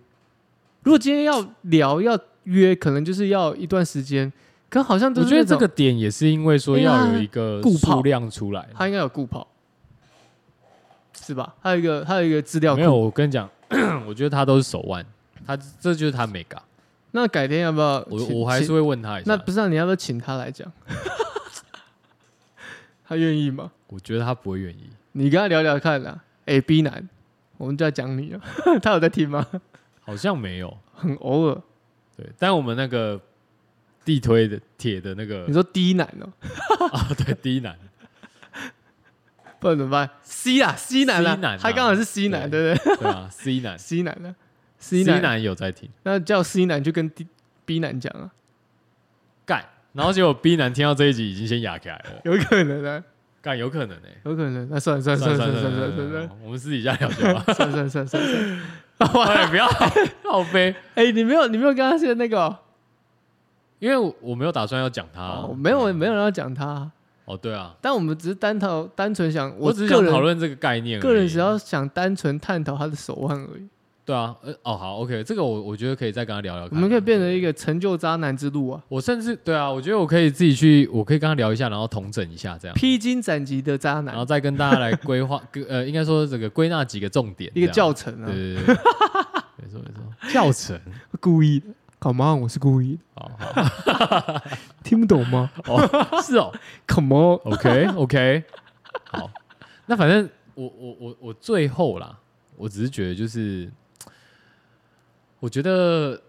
Speaker 2: 如果今天要聊要约，可能就是要一段时间，可好像都
Speaker 1: 我
Speaker 2: 是
Speaker 1: 觉得
Speaker 2: 那
Speaker 1: 这
Speaker 2: 种
Speaker 1: 个点也是因为说
Speaker 2: 因为
Speaker 1: 要
Speaker 2: 他
Speaker 1: 有一个
Speaker 2: 顾泡
Speaker 1: 数量出来。
Speaker 2: 他应该有顾跑，是吧？还有一个还有一个资料
Speaker 1: 没
Speaker 2: 库，
Speaker 1: 有，我跟你讲，我觉得他都是手腕，他这就是他美感。
Speaker 2: 那改天要不要
Speaker 1: 我
Speaker 2: 请
Speaker 1: 我还
Speaker 2: 请
Speaker 1: 是会问他一下
Speaker 2: 那，不是、啊、你要不要请他来讲？ 他愿意吗？
Speaker 1: 我觉得他不会愿意。
Speaker 2: 你跟他聊聊看啦、哎、哎、b 男，我们就要讲你了。 他有在听吗？
Speaker 1: 好像没有。
Speaker 2: 很偶尔。
Speaker 1: 对，但我们那个地推的铁的那个
Speaker 2: 你说 D 男哦、
Speaker 1: 啊，对，第一男，
Speaker 2: 不然怎么办？C 啊，C 男啊，
Speaker 1: C 男啊
Speaker 2: 他刚好是 C 男，对不对
Speaker 1: 对啊，C 男
Speaker 2: ？C 男呢
Speaker 1: ，C
Speaker 2: ？C 男，
Speaker 1: 男有在听
Speaker 2: 那叫 C 男就跟 D B 男讲啊，
Speaker 1: 干，然后结果 B 男听到这一集已经先哑起来了，
Speaker 2: 有可能啊，
Speaker 1: 干有可能哎，
Speaker 2: 有可能。啊那算了算了算
Speaker 1: 算
Speaker 2: 了算
Speaker 1: 算
Speaker 2: 了算
Speaker 1: 算算
Speaker 2: 了算
Speaker 1: 算，
Speaker 2: 了
Speaker 1: 算我们私底下聊就好，
Speaker 2: 算了算了算了算了。
Speaker 1: 哎不要好悲，
Speaker 2: 哎、你没有你没有跟他说那个
Speaker 1: 啊
Speaker 2: 哦、
Speaker 1: 因为我我没有打算要讲他
Speaker 2: 哦，，没有没有人要讲他啊、
Speaker 1: 哦，对啊，
Speaker 2: 但我们只是单讨单纯想，
Speaker 1: 我只
Speaker 2: 只
Speaker 1: 是
Speaker 2: 个
Speaker 1: 想
Speaker 2: 人
Speaker 1: 讨论这个概念而已，
Speaker 2: 个人只要想单纯探讨他的手腕而已。
Speaker 1: 对啊，呃，哦，好，OK，这个我我觉得可以再跟他聊聊
Speaker 2: 我
Speaker 1: 看，
Speaker 2: 们可以变成一个成就渣男之路啊，
Speaker 1: 我甚至对啊，我觉得我可以自己去，我可以跟他聊一下，然后统整一下 这样，
Speaker 2: 披荆斩棘的渣
Speaker 1: 啊然后
Speaker 2: 男，
Speaker 1: 再跟大家来规划，呃，应该说这个归纳几个重点，
Speaker 2: 一个
Speaker 1: 这样
Speaker 2: 教程啊，
Speaker 1: 对对对，对没错没 错，教程，
Speaker 2: 故意的。Come on，我是故意的，
Speaker 1: 好好
Speaker 2: 听不懂吗
Speaker 1: 哦，是哦
Speaker 2: ？Come on，
Speaker 1: ，OK OK，好， 那反正我我我我最后啦，我只是觉得就是，我觉得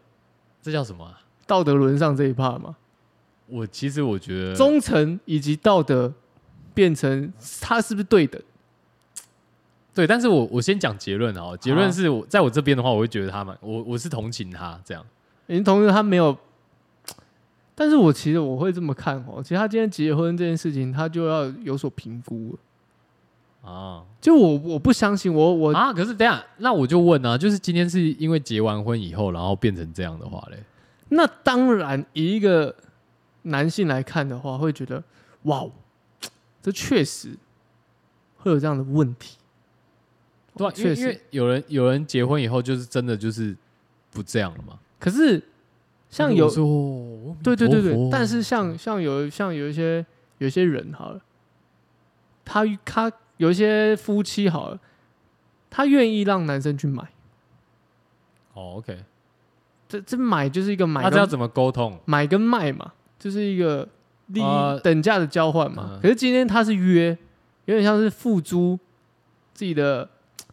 Speaker 1: 这叫什么啊、
Speaker 2: 道德沦丧这一趴嘛，
Speaker 1: 我其实我觉得
Speaker 2: 忠诚以及道德变成他是不是对等？
Speaker 1: 对，但是我我先讲结论啊，结
Speaker 2: 好
Speaker 1: 论是我在我这边的话，我会觉得他们，我我是同情他这样，
Speaker 2: 你同时他没有，但是我其实我会这么看哦，其实他今天结婚这件事情，他就要有所评估了。
Speaker 1: 啊
Speaker 2: 就我我不相信我我
Speaker 1: 啊！可是等一下，那我就问啊，就是今天是因为结完婚以后，然后变成这样的话嘞，
Speaker 2: 那当然，以一个男性来看的话，会觉得哇哦，这确实会有这样的问题。
Speaker 1: 对、啊，因为因
Speaker 2: 确实
Speaker 1: 为有人有人结婚以后，就是真的就是不这样了嘛。
Speaker 2: 可是像有
Speaker 1: 说，哦
Speaker 2: 对对对对，但是
Speaker 1: 阿弥
Speaker 2: 像像有像有一些有一些人好了，他他有一些夫妻好了，他愿意让男生去
Speaker 1: 陀
Speaker 2: 买，
Speaker 1: 佛哦，OK，
Speaker 2: 这这买就是一个买
Speaker 1: 那这要
Speaker 2: 跟
Speaker 1: 怎么沟通？
Speaker 2: 买跟卖嘛，就是一个利益、
Speaker 1: 呃
Speaker 2: 等价的交换嘛。
Speaker 1: 嗯
Speaker 2: 可是今天他是约，有点像是付诸自己的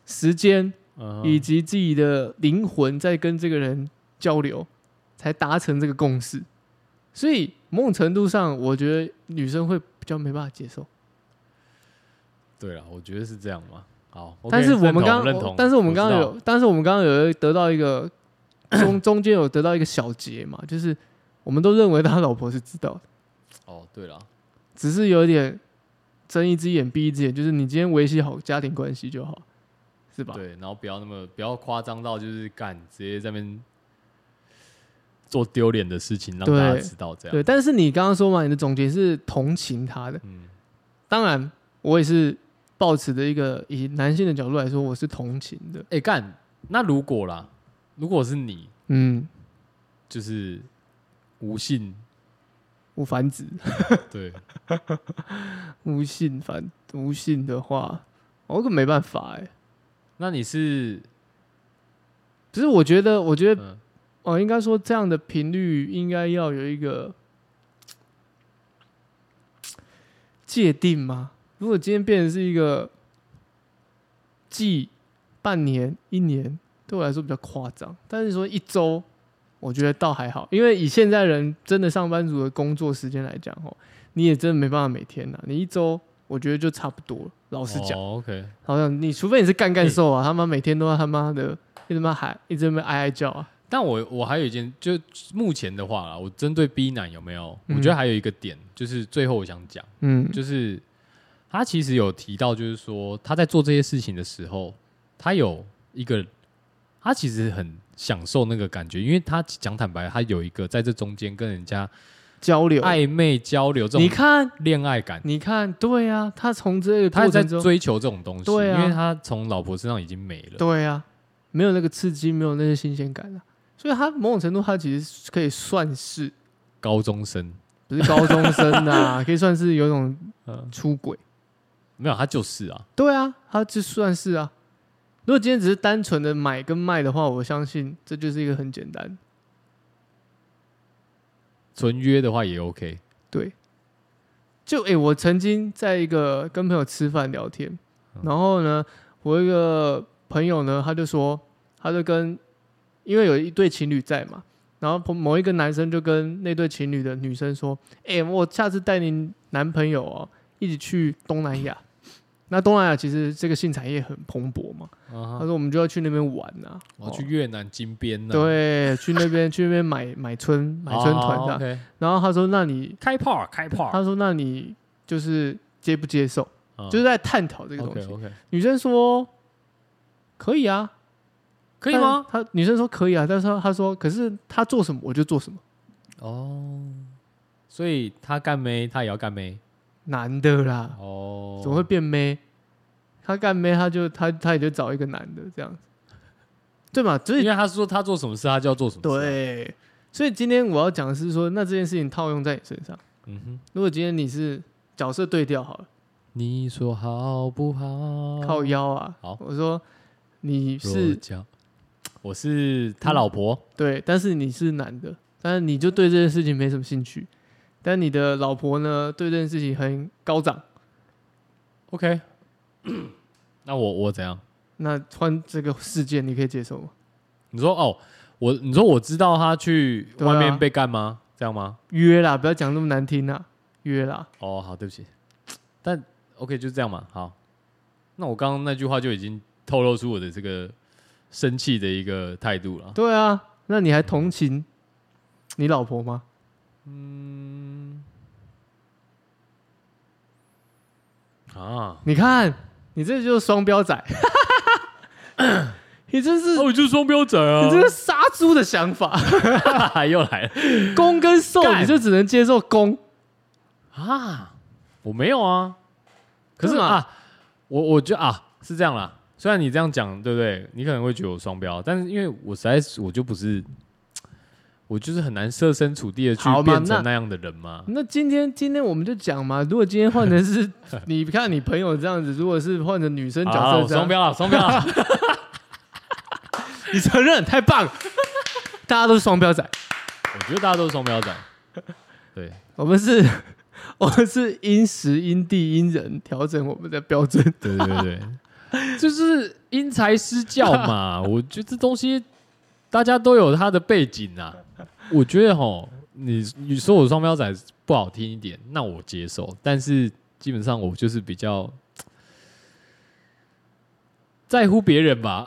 Speaker 2: 时间
Speaker 1: 嗯
Speaker 2: 以及自己的灵魂在跟这个人交流，才达成这个共识。所以某种程度上，我觉得女生会比较没办法接受。
Speaker 1: 对了，我觉得是这样嘛。好，
Speaker 2: 但是
Speaker 1: OK，
Speaker 2: 我们
Speaker 1: 认同
Speaker 2: 刚
Speaker 1: 认同，
Speaker 2: 但是我们刚刚
Speaker 1: 知道
Speaker 2: 有，但是我们刚刚有得到一个中中间有得到一个小结嘛，就是我们都认为他老婆是知道的。
Speaker 1: 哦，对了，
Speaker 2: 只是有点睁一只眼闭一只眼，就是你今天维系好家庭关系就好，是吧？
Speaker 1: 对，然后不要那么不要夸张到就是干直接在那边做丢脸的事情，让大家
Speaker 2: 对
Speaker 1: 知道这
Speaker 2: 对，
Speaker 1: 样。
Speaker 2: 但是你刚刚说嘛，你的总结是同情他的，
Speaker 1: 嗯，
Speaker 2: 当然我也是抱持的一个以男性的角度来说，我是同情的。
Speaker 1: 哎干，那如果啦，如果是你，
Speaker 2: 嗯，
Speaker 1: 就是无性，
Speaker 2: 无繁殖，
Speaker 1: 对，
Speaker 2: 无性繁无性的话，我可没办法哎、
Speaker 1: 那你是
Speaker 2: 只是我觉得，我觉得
Speaker 1: 嗯
Speaker 2: 哦，应该说这样的频率应该要有一个界定吗？如果今天变成是一个季、半年、一年，对我来说比较夸张。但是说一周，我觉得倒还好，因为以现在人真的上班族的工作时间来讲，哦，你也真的没办法每天呐、你一周，我觉得就差不多了。 老实讲。
Speaker 1: 哦，OK，
Speaker 2: 好像你除非你是干干兽啊，他妈每天都要他妈的一直妈喊，一直妈哀哀叫啊。
Speaker 1: 但我我还有一件，就目前的话啦，我针对 B 男有没有？
Speaker 2: 嗯
Speaker 1: 我觉得还有一个点，就是最后我想讲，
Speaker 2: 嗯，
Speaker 1: 就是他其实有提到，就是说他在做这些事情的时候，他有一个，他其实很享受那个感觉，因为他讲坦白，他有一个在这中间跟人家
Speaker 2: 交流。
Speaker 1: 暧昧交流这
Speaker 2: 你
Speaker 1: 种
Speaker 2: 看，
Speaker 1: 恋爱感，
Speaker 2: 你看，对啊，他从这个
Speaker 1: 他
Speaker 2: 过
Speaker 1: 在
Speaker 2: 程中，
Speaker 1: 追求这种东西，
Speaker 2: 对啊
Speaker 1: 因为他从老婆身上已经没了。
Speaker 2: 对啊，没有那个刺激，没有那些新鲜感啊。所以他某种程度，他其实可以算是
Speaker 1: 高中生，
Speaker 2: 不是高中生 啊，可以算是有一种
Speaker 1: 嗯，
Speaker 2: 出轨。
Speaker 1: 没有，他就是啊，
Speaker 2: 对啊，他就算是啊。如果今天只是单纯的买跟卖的话，我相信这就是一个很简单。
Speaker 1: 纯约的话也 OK。
Speaker 2: 对，就诶、我曾经在一个跟朋友吃饭聊天，
Speaker 1: 嗯
Speaker 2: 然后呢，我有一个朋友呢，他就说，他就跟因为有一对情侣在嘛，然后某一个男生就跟那对情侣的女生说：“哎、我下次带你男朋友哦，一起去东南亚。”那东南亚其实这个性产业很蓬勃嘛，
Speaker 1: 啊
Speaker 2: 他
Speaker 1: 哈，
Speaker 2: 说我们就要去那边玩呐、
Speaker 1: 我要
Speaker 2: 哦
Speaker 1: 去越南金边呢，
Speaker 2: 对，去那边去那边买买春买春团
Speaker 1: 哦
Speaker 2: 的。
Speaker 1: ，OK
Speaker 2: 然后他说：“那你
Speaker 1: 开炮啊开炮，
Speaker 2: 他说：“那你就是接不接受？”
Speaker 1: 嗯
Speaker 2: 就是在探讨这个东
Speaker 1: OK
Speaker 2: 西。
Speaker 1: OK，
Speaker 2: 女生说：“可以啊，
Speaker 1: 可以吗？
Speaker 2: 但？”她女生说：“可以啊。”但是她说：“可是他做什么我就做什么。
Speaker 1: 哦，所以他干妹，他也要干妹”
Speaker 2: 男的啦，
Speaker 1: 哦，
Speaker 2: 怎么会变妹？他干妹，他就他他也就找一个男的这样子，对嘛？所以
Speaker 1: 因为他说他做什么事，他就要做什么事。，啊
Speaker 2: 对，所以今天我要讲的是说，那这件事情套用在你身上。
Speaker 1: 嗯哼，
Speaker 2: 如果今天你是角色对调好了，
Speaker 1: 你说好不好？
Speaker 2: 靠腰啊，
Speaker 1: 哦好
Speaker 2: 我说你
Speaker 1: 是
Speaker 2: 是嗯
Speaker 1: 讲，我是他老婆，
Speaker 2: 对，但是你是男的，但是你就对这件事情没什么兴趣，但你的老婆呢，对这件事情很高涨。
Speaker 1: OK，那我我怎样？
Speaker 2: 那换这个事件，你可以接受吗？
Speaker 1: 你说哦，我你说我知道他去
Speaker 2: 对啊
Speaker 1: 外面被干吗？这样吗？
Speaker 2: 约啦，不要讲那么难听啦，约啦。
Speaker 1: 哦，好，对不起，但 OK 就这样嘛。好，那我刚刚那句话就已经透露出我的这个生气的一个态度了。
Speaker 2: 对啊，那你还同情你老婆吗？
Speaker 1: 啊，
Speaker 2: 你看，你这就是双标仔， 哦你这 是、
Speaker 1: 那我就是双标准
Speaker 2: 你这
Speaker 1: 啊！
Speaker 2: 是杀猪的想法，
Speaker 1: 又来了
Speaker 2: 攻跟受，
Speaker 1: 干
Speaker 2: 你就只能接受攻。
Speaker 1: 啊！我没有啊，可是
Speaker 2: 真的吗
Speaker 1: 啊，我我觉得啊是这样啦。虽然你这样讲，对不对？你可能会觉得我双标，但是因为我实在是我就不是，我就是很难设身处地的去
Speaker 2: 好嘛
Speaker 1: 变成
Speaker 2: 那
Speaker 1: 那样的人嘛。
Speaker 2: 那今天今天我们就讲嘛，如果今天换成 是你看你朋友这样子，如果是换成女生角
Speaker 1: 好啦
Speaker 2: 色
Speaker 1: 我
Speaker 2: 这样
Speaker 1: 双，标了，双标 了。
Speaker 2: 你承认 太棒，大家都是双标仔，
Speaker 1: 我觉得大家都是双标仔。对，
Speaker 2: 我们是， 我们是因时因地因人调整我们的标准。
Speaker 1: 对对对 对，就是因材施教嘛。我觉得这东西大家都有他的背景啊。我觉得吼，你你说我双标仔不好听一点，那我接受。但是基本上我就是比较在乎别人吧。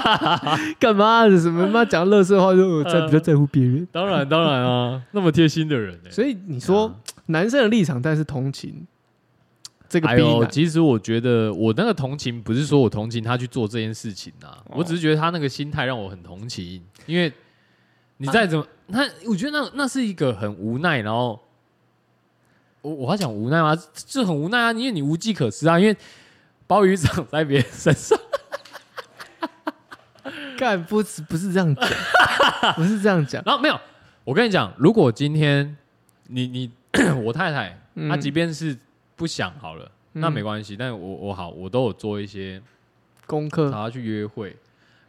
Speaker 2: 干嘛？什么妈讲乐色话就我
Speaker 1: 嗯
Speaker 2: 在比较在乎别人。
Speaker 1: 当然当然啊，那么贴心的人、欸，
Speaker 2: 所以你说男生的立场，但是同情这个
Speaker 1: 啊哎
Speaker 2: B
Speaker 1: 呦，
Speaker 2: 男，
Speaker 1: 其实我觉得我那个同情不是说我同情他去做这件事情啊，
Speaker 2: 哦
Speaker 1: 我只是觉得他那个心态让我很同情，因为你再怎么，他我觉得那那是一个很无奈，然后我我要讲无奈吗？这很无奈啊，因为你无计可施啊，因为鲍鱼长在别人身上，
Speaker 2: 干不是不是这样 讲，不是这样讲。
Speaker 1: 然后没有，我跟你讲，如果今天你你 我太太，
Speaker 2: 嗯
Speaker 1: 她即便是不想好了，那
Speaker 2: 嗯
Speaker 1: 没关系，但我我好，我都有做一些。
Speaker 2: 功课，
Speaker 1: 找他去约会，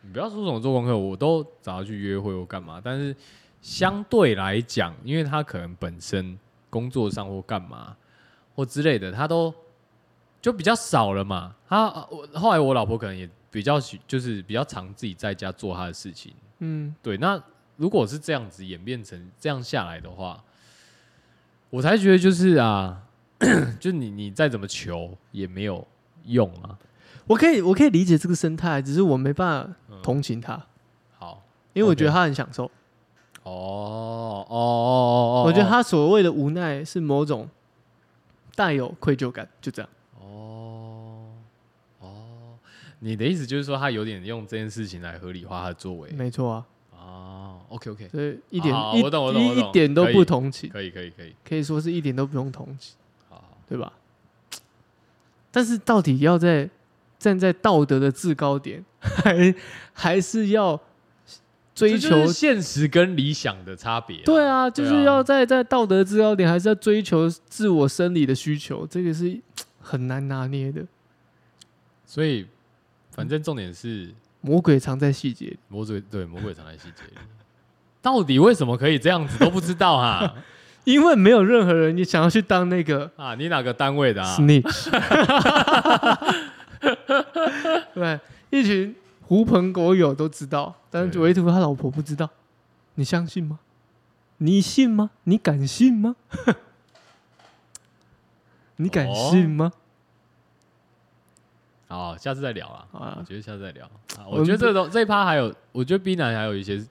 Speaker 1: 你不要说什么做功课，我都找他去约会或干嘛。但是相对来讲，因为他可能本身工作上或干嘛或之类的，他都就比较少了嘛。他我后来我老婆可能也比较喜，就是比较常自己在家做她的事情。
Speaker 2: 嗯，
Speaker 1: 对，那如果是这样子演变成这样下来的话，我才觉得就是啊， 就你你再怎么求也没有用啊。
Speaker 2: 我可以我可以理解这个生态，只是我没办法同情他，
Speaker 1: 好。
Speaker 2: 因为我
Speaker 1: 嗯 OK
Speaker 2: 觉得他很享受。
Speaker 1: 哦哦哦哦，
Speaker 2: 我觉得他所谓的无奈是某种带有愧疚感，就这样。
Speaker 1: 哦哦，你的意思就是说他有点用这件事情来合理化他的作为
Speaker 2: 没错啊，
Speaker 1: 哦 OK OK，
Speaker 2: 所以一点
Speaker 1: 好
Speaker 2: 一
Speaker 1: 我懂我懂我
Speaker 2: 一
Speaker 1: 懂
Speaker 2: 一点都
Speaker 1: 可以
Speaker 2: 不同情，
Speaker 1: 可以可以可以，
Speaker 2: 可以说是一点都不用同情，
Speaker 1: 好好
Speaker 2: 对吧？但是到底要在站在道德的制高点，还还是要追
Speaker 1: 这
Speaker 2: 求
Speaker 1: 就是现实跟理想的差别。
Speaker 2: 对，啊，就
Speaker 1: 对啊
Speaker 2: 是要在在道德制高点，还是要追求自我生理的需求，这个是很难拿捏的。
Speaker 1: 所以反正重点是
Speaker 2: 魔鬼藏在细节里，
Speaker 1: 魔鬼对魔鬼藏在细节里， 到底为什么可以这样子都不知道啊哈
Speaker 2: 因为没有任何人你想要去当那个
Speaker 1: 啊啊！你哪个单位的啊？
Speaker 2: snitch，对，一群狐朋狗友都知道，但是
Speaker 1: 对
Speaker 2: 唯独他老婆不知道。你相信吗？你信吗？你敢信吗？ 你敢信吗？
Speaker 1: 好，下次再聊啦。我
Speaker 2: 啊，
Speaker 1: 觉得下次再聊。啊
Speaker 2: 我
Speaker 1: 我
Speaker 2: 们
Speaker 1: 觉得这种这一趴还有，我觉得 B 男还有一些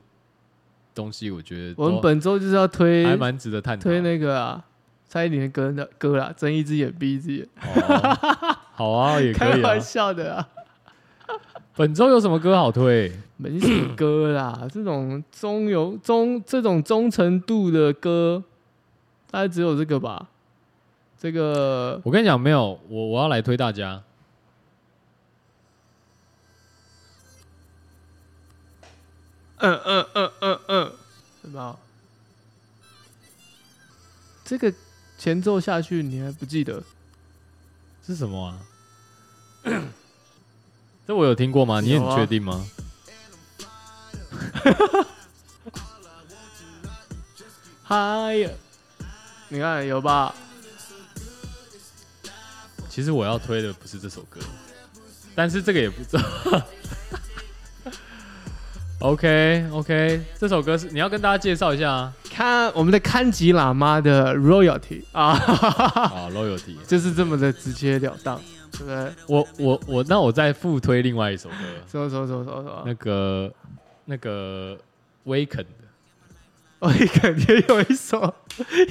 Speaker 1: 东西，我觉得
Speaker 2: 我们
Speaker 1: 都
Speaker 2: 本周就是要推
Speaker 1: 还蛮值得探讨。
Speaker 2: 推那个啊，蔡依林的歌的歌啦，睁一只眼闭一只眼，
Speaker 1: 哦好啊，也可
Speaker 2: 开
Speaker 1: 以啊
Speaker 2: 玩。笑的啊，
Speaker 1: 本周有什么歌好推？
Speaker 2: 没什么歌啦，这种中游中这种忠诚度的歌，大概只有这个吧。这个
Speaker 1: 我跟你讲，没有，我我要来推大家。
Speaker 2: 嗯嗯嗯嗯嗯，什么？这个前奏下去你还不记得？
Speaker 1: 是什么啊？这我有听过吗？你
Speaker 2: 有
Speaker 1: 很
Speaker 2: 啊
Speaker 1: 确定吗？
Speaker 2: 嗨呀，你看有吧？
Speaker 1: 其实我要推的不是这首歌，但是这个也不知道。OK OK，这首歌是你要跟大家介绍一下啊。
Speaker 2: 看我们的堪吉喇嘛的 royalty 啊，
Speaker 1: 啊，Loyalty，
Speaker 2: 就是这么的直截了当，对不对？
Speaker 1: 我我我，那我再复推另外一首歌，
Speaker 2: 什么什么什么什么什么？
Speaker 1: 那个那个威肯的，
Speaker 2: 我也感觉有一首，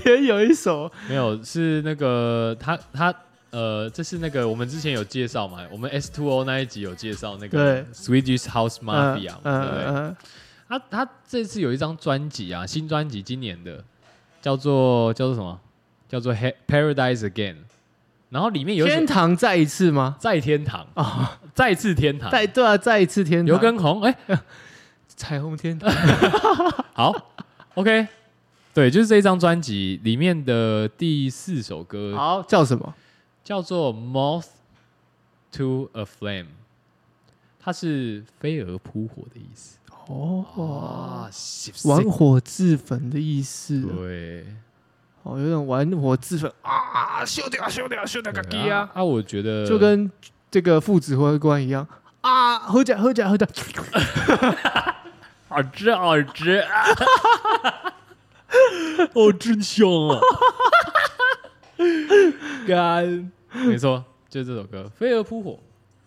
Speaker 2: 也有一首，
Speaker 1: 没有是那个他他呃，这是那个我们之前有介绍嘛，我们 S Two O 那一集有介绍那个
Speaker 2: 对
Speaker 1: Swedish House Mafia，嘛、对不对？
Speaker 2: 嗯嗯
Speaker 1: 他他这次有一张专辑啊，新专辑今年的，叫做叫做什么？叫做《He- Paradise Again》，然后里面有
Speaker 2: 嗯，
Speaker 1: 一首
Speaker 2: 天堂再一次吗？
Speaker 1: 在天堂，
Speaker 2: 啊，
Speaker 1: 再次天堂，
Speaker 2: 再对啊，再一次天堂，
Speaker 1: 刘畊宏，哎、
Speaker 2: 彩虹天堂，
Speaker 1: 好，OK，对，就是这张专辑里面的第四首歌
Speaker 2: 好叫什么？
Speaker 1: 叫做《Moth to a Flame》，它是飞蛾扑火的意思。啊
Speaker 2: 哦，，玩
Speaker 1: 玩
Speaker 2: 火自焚的意思，
Speaker 1: 对。啊
Speaker 2: 哦，有点玩火自焚，
Speaker 3: 啊，修掉修掉修掉个鸡
Speaker 1: 对
Speaker 3: 啊
Speaker 1: 啊！啊，我觉得
Speaker 2: 就跟这个父子会关一样啊，喝假喝假喝 假，
Speaker 1: 好吃好 吃，啊、哦，真香 啊！干，没错，就是这首歌《飞蛾扑火》。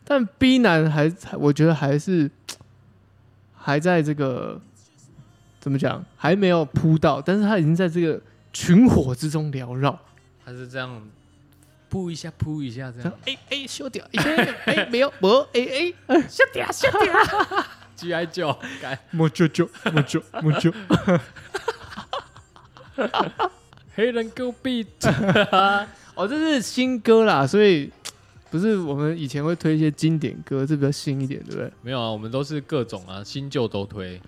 Speaker 2: 但 B 男还，还我觉得还是还在这个怎么讲，还没有扑到，但是他已经在这个群火之中缭绕。
Speaker 1: 它是这样扑一下扑一下这样
Speaker 2: 哎哎，修掉，哎哎哎，没有，我哎哎，
Speaker 1: ，GI 九，干
Speaker 2: 莫啾啾，莫啾莫啾，
Speaker 1: 黑人狗币。
Speaker 2: 哦，这是新歌啦，所以不是我们以前会推一些经典歌，这比较新一点，对不对？
Speaker 1: 没有啊，我们都是各种啊，新旧都推，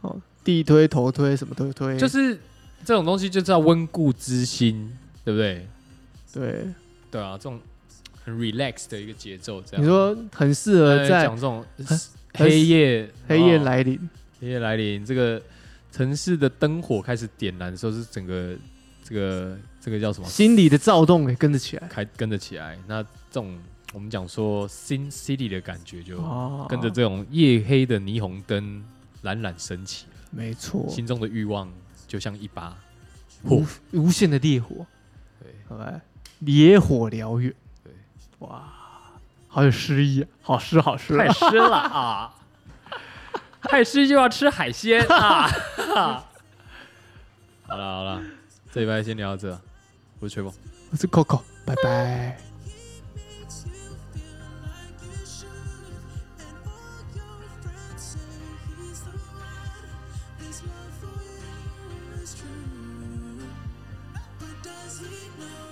Speaker 2: 哦，地推、头推什么都推，
Speaker 1: 就是这种东西就是要温故知新，对不对？
Speaker 2: 对。
Speaker 1: 对啊，这种很 relax 的一个节奏，这样
Speaker 2: 你说很适合
Speaker 1: 呃
Speaker 2: 在
Speaker 1: 啊讲这种黑夜
Speaker 2: 黑夜
Speaker 1: 哦
Speaker 2: 来临，
Speaker 1: 黑夜来临，这个城市的灯火开始点燃的时候，是整个这个这个叫什么？
Speaker 2: 心里的躁动也跟着起来，
Speaker 1: 开跟着起来。那这种我们讲说新 city 的感觉，就
Speaker 2: 哦，
Speaker 1: 跟着这种夜黑的霓虹灯冉冉升起，
Speaker 2: 没错，
Speaker 1: 心中的欲望就像一把火
Speaker 2: 无。无限的烈火，
Speaker 1: 对，
Speaker 2: 好吧，野火燎原，
Speaker 1: 对，
Speaker 2: 哇，好有诗意啊，好诗好诗啊，
Speaker 1: 湿了啊！ 太湿就要吃海鲜啊！好了好了，这礼拜先聊到这，我是吹风。
Speaker 2: 我是 Coco，拜拜。
Speaker 4: This love for you is true, but does he know?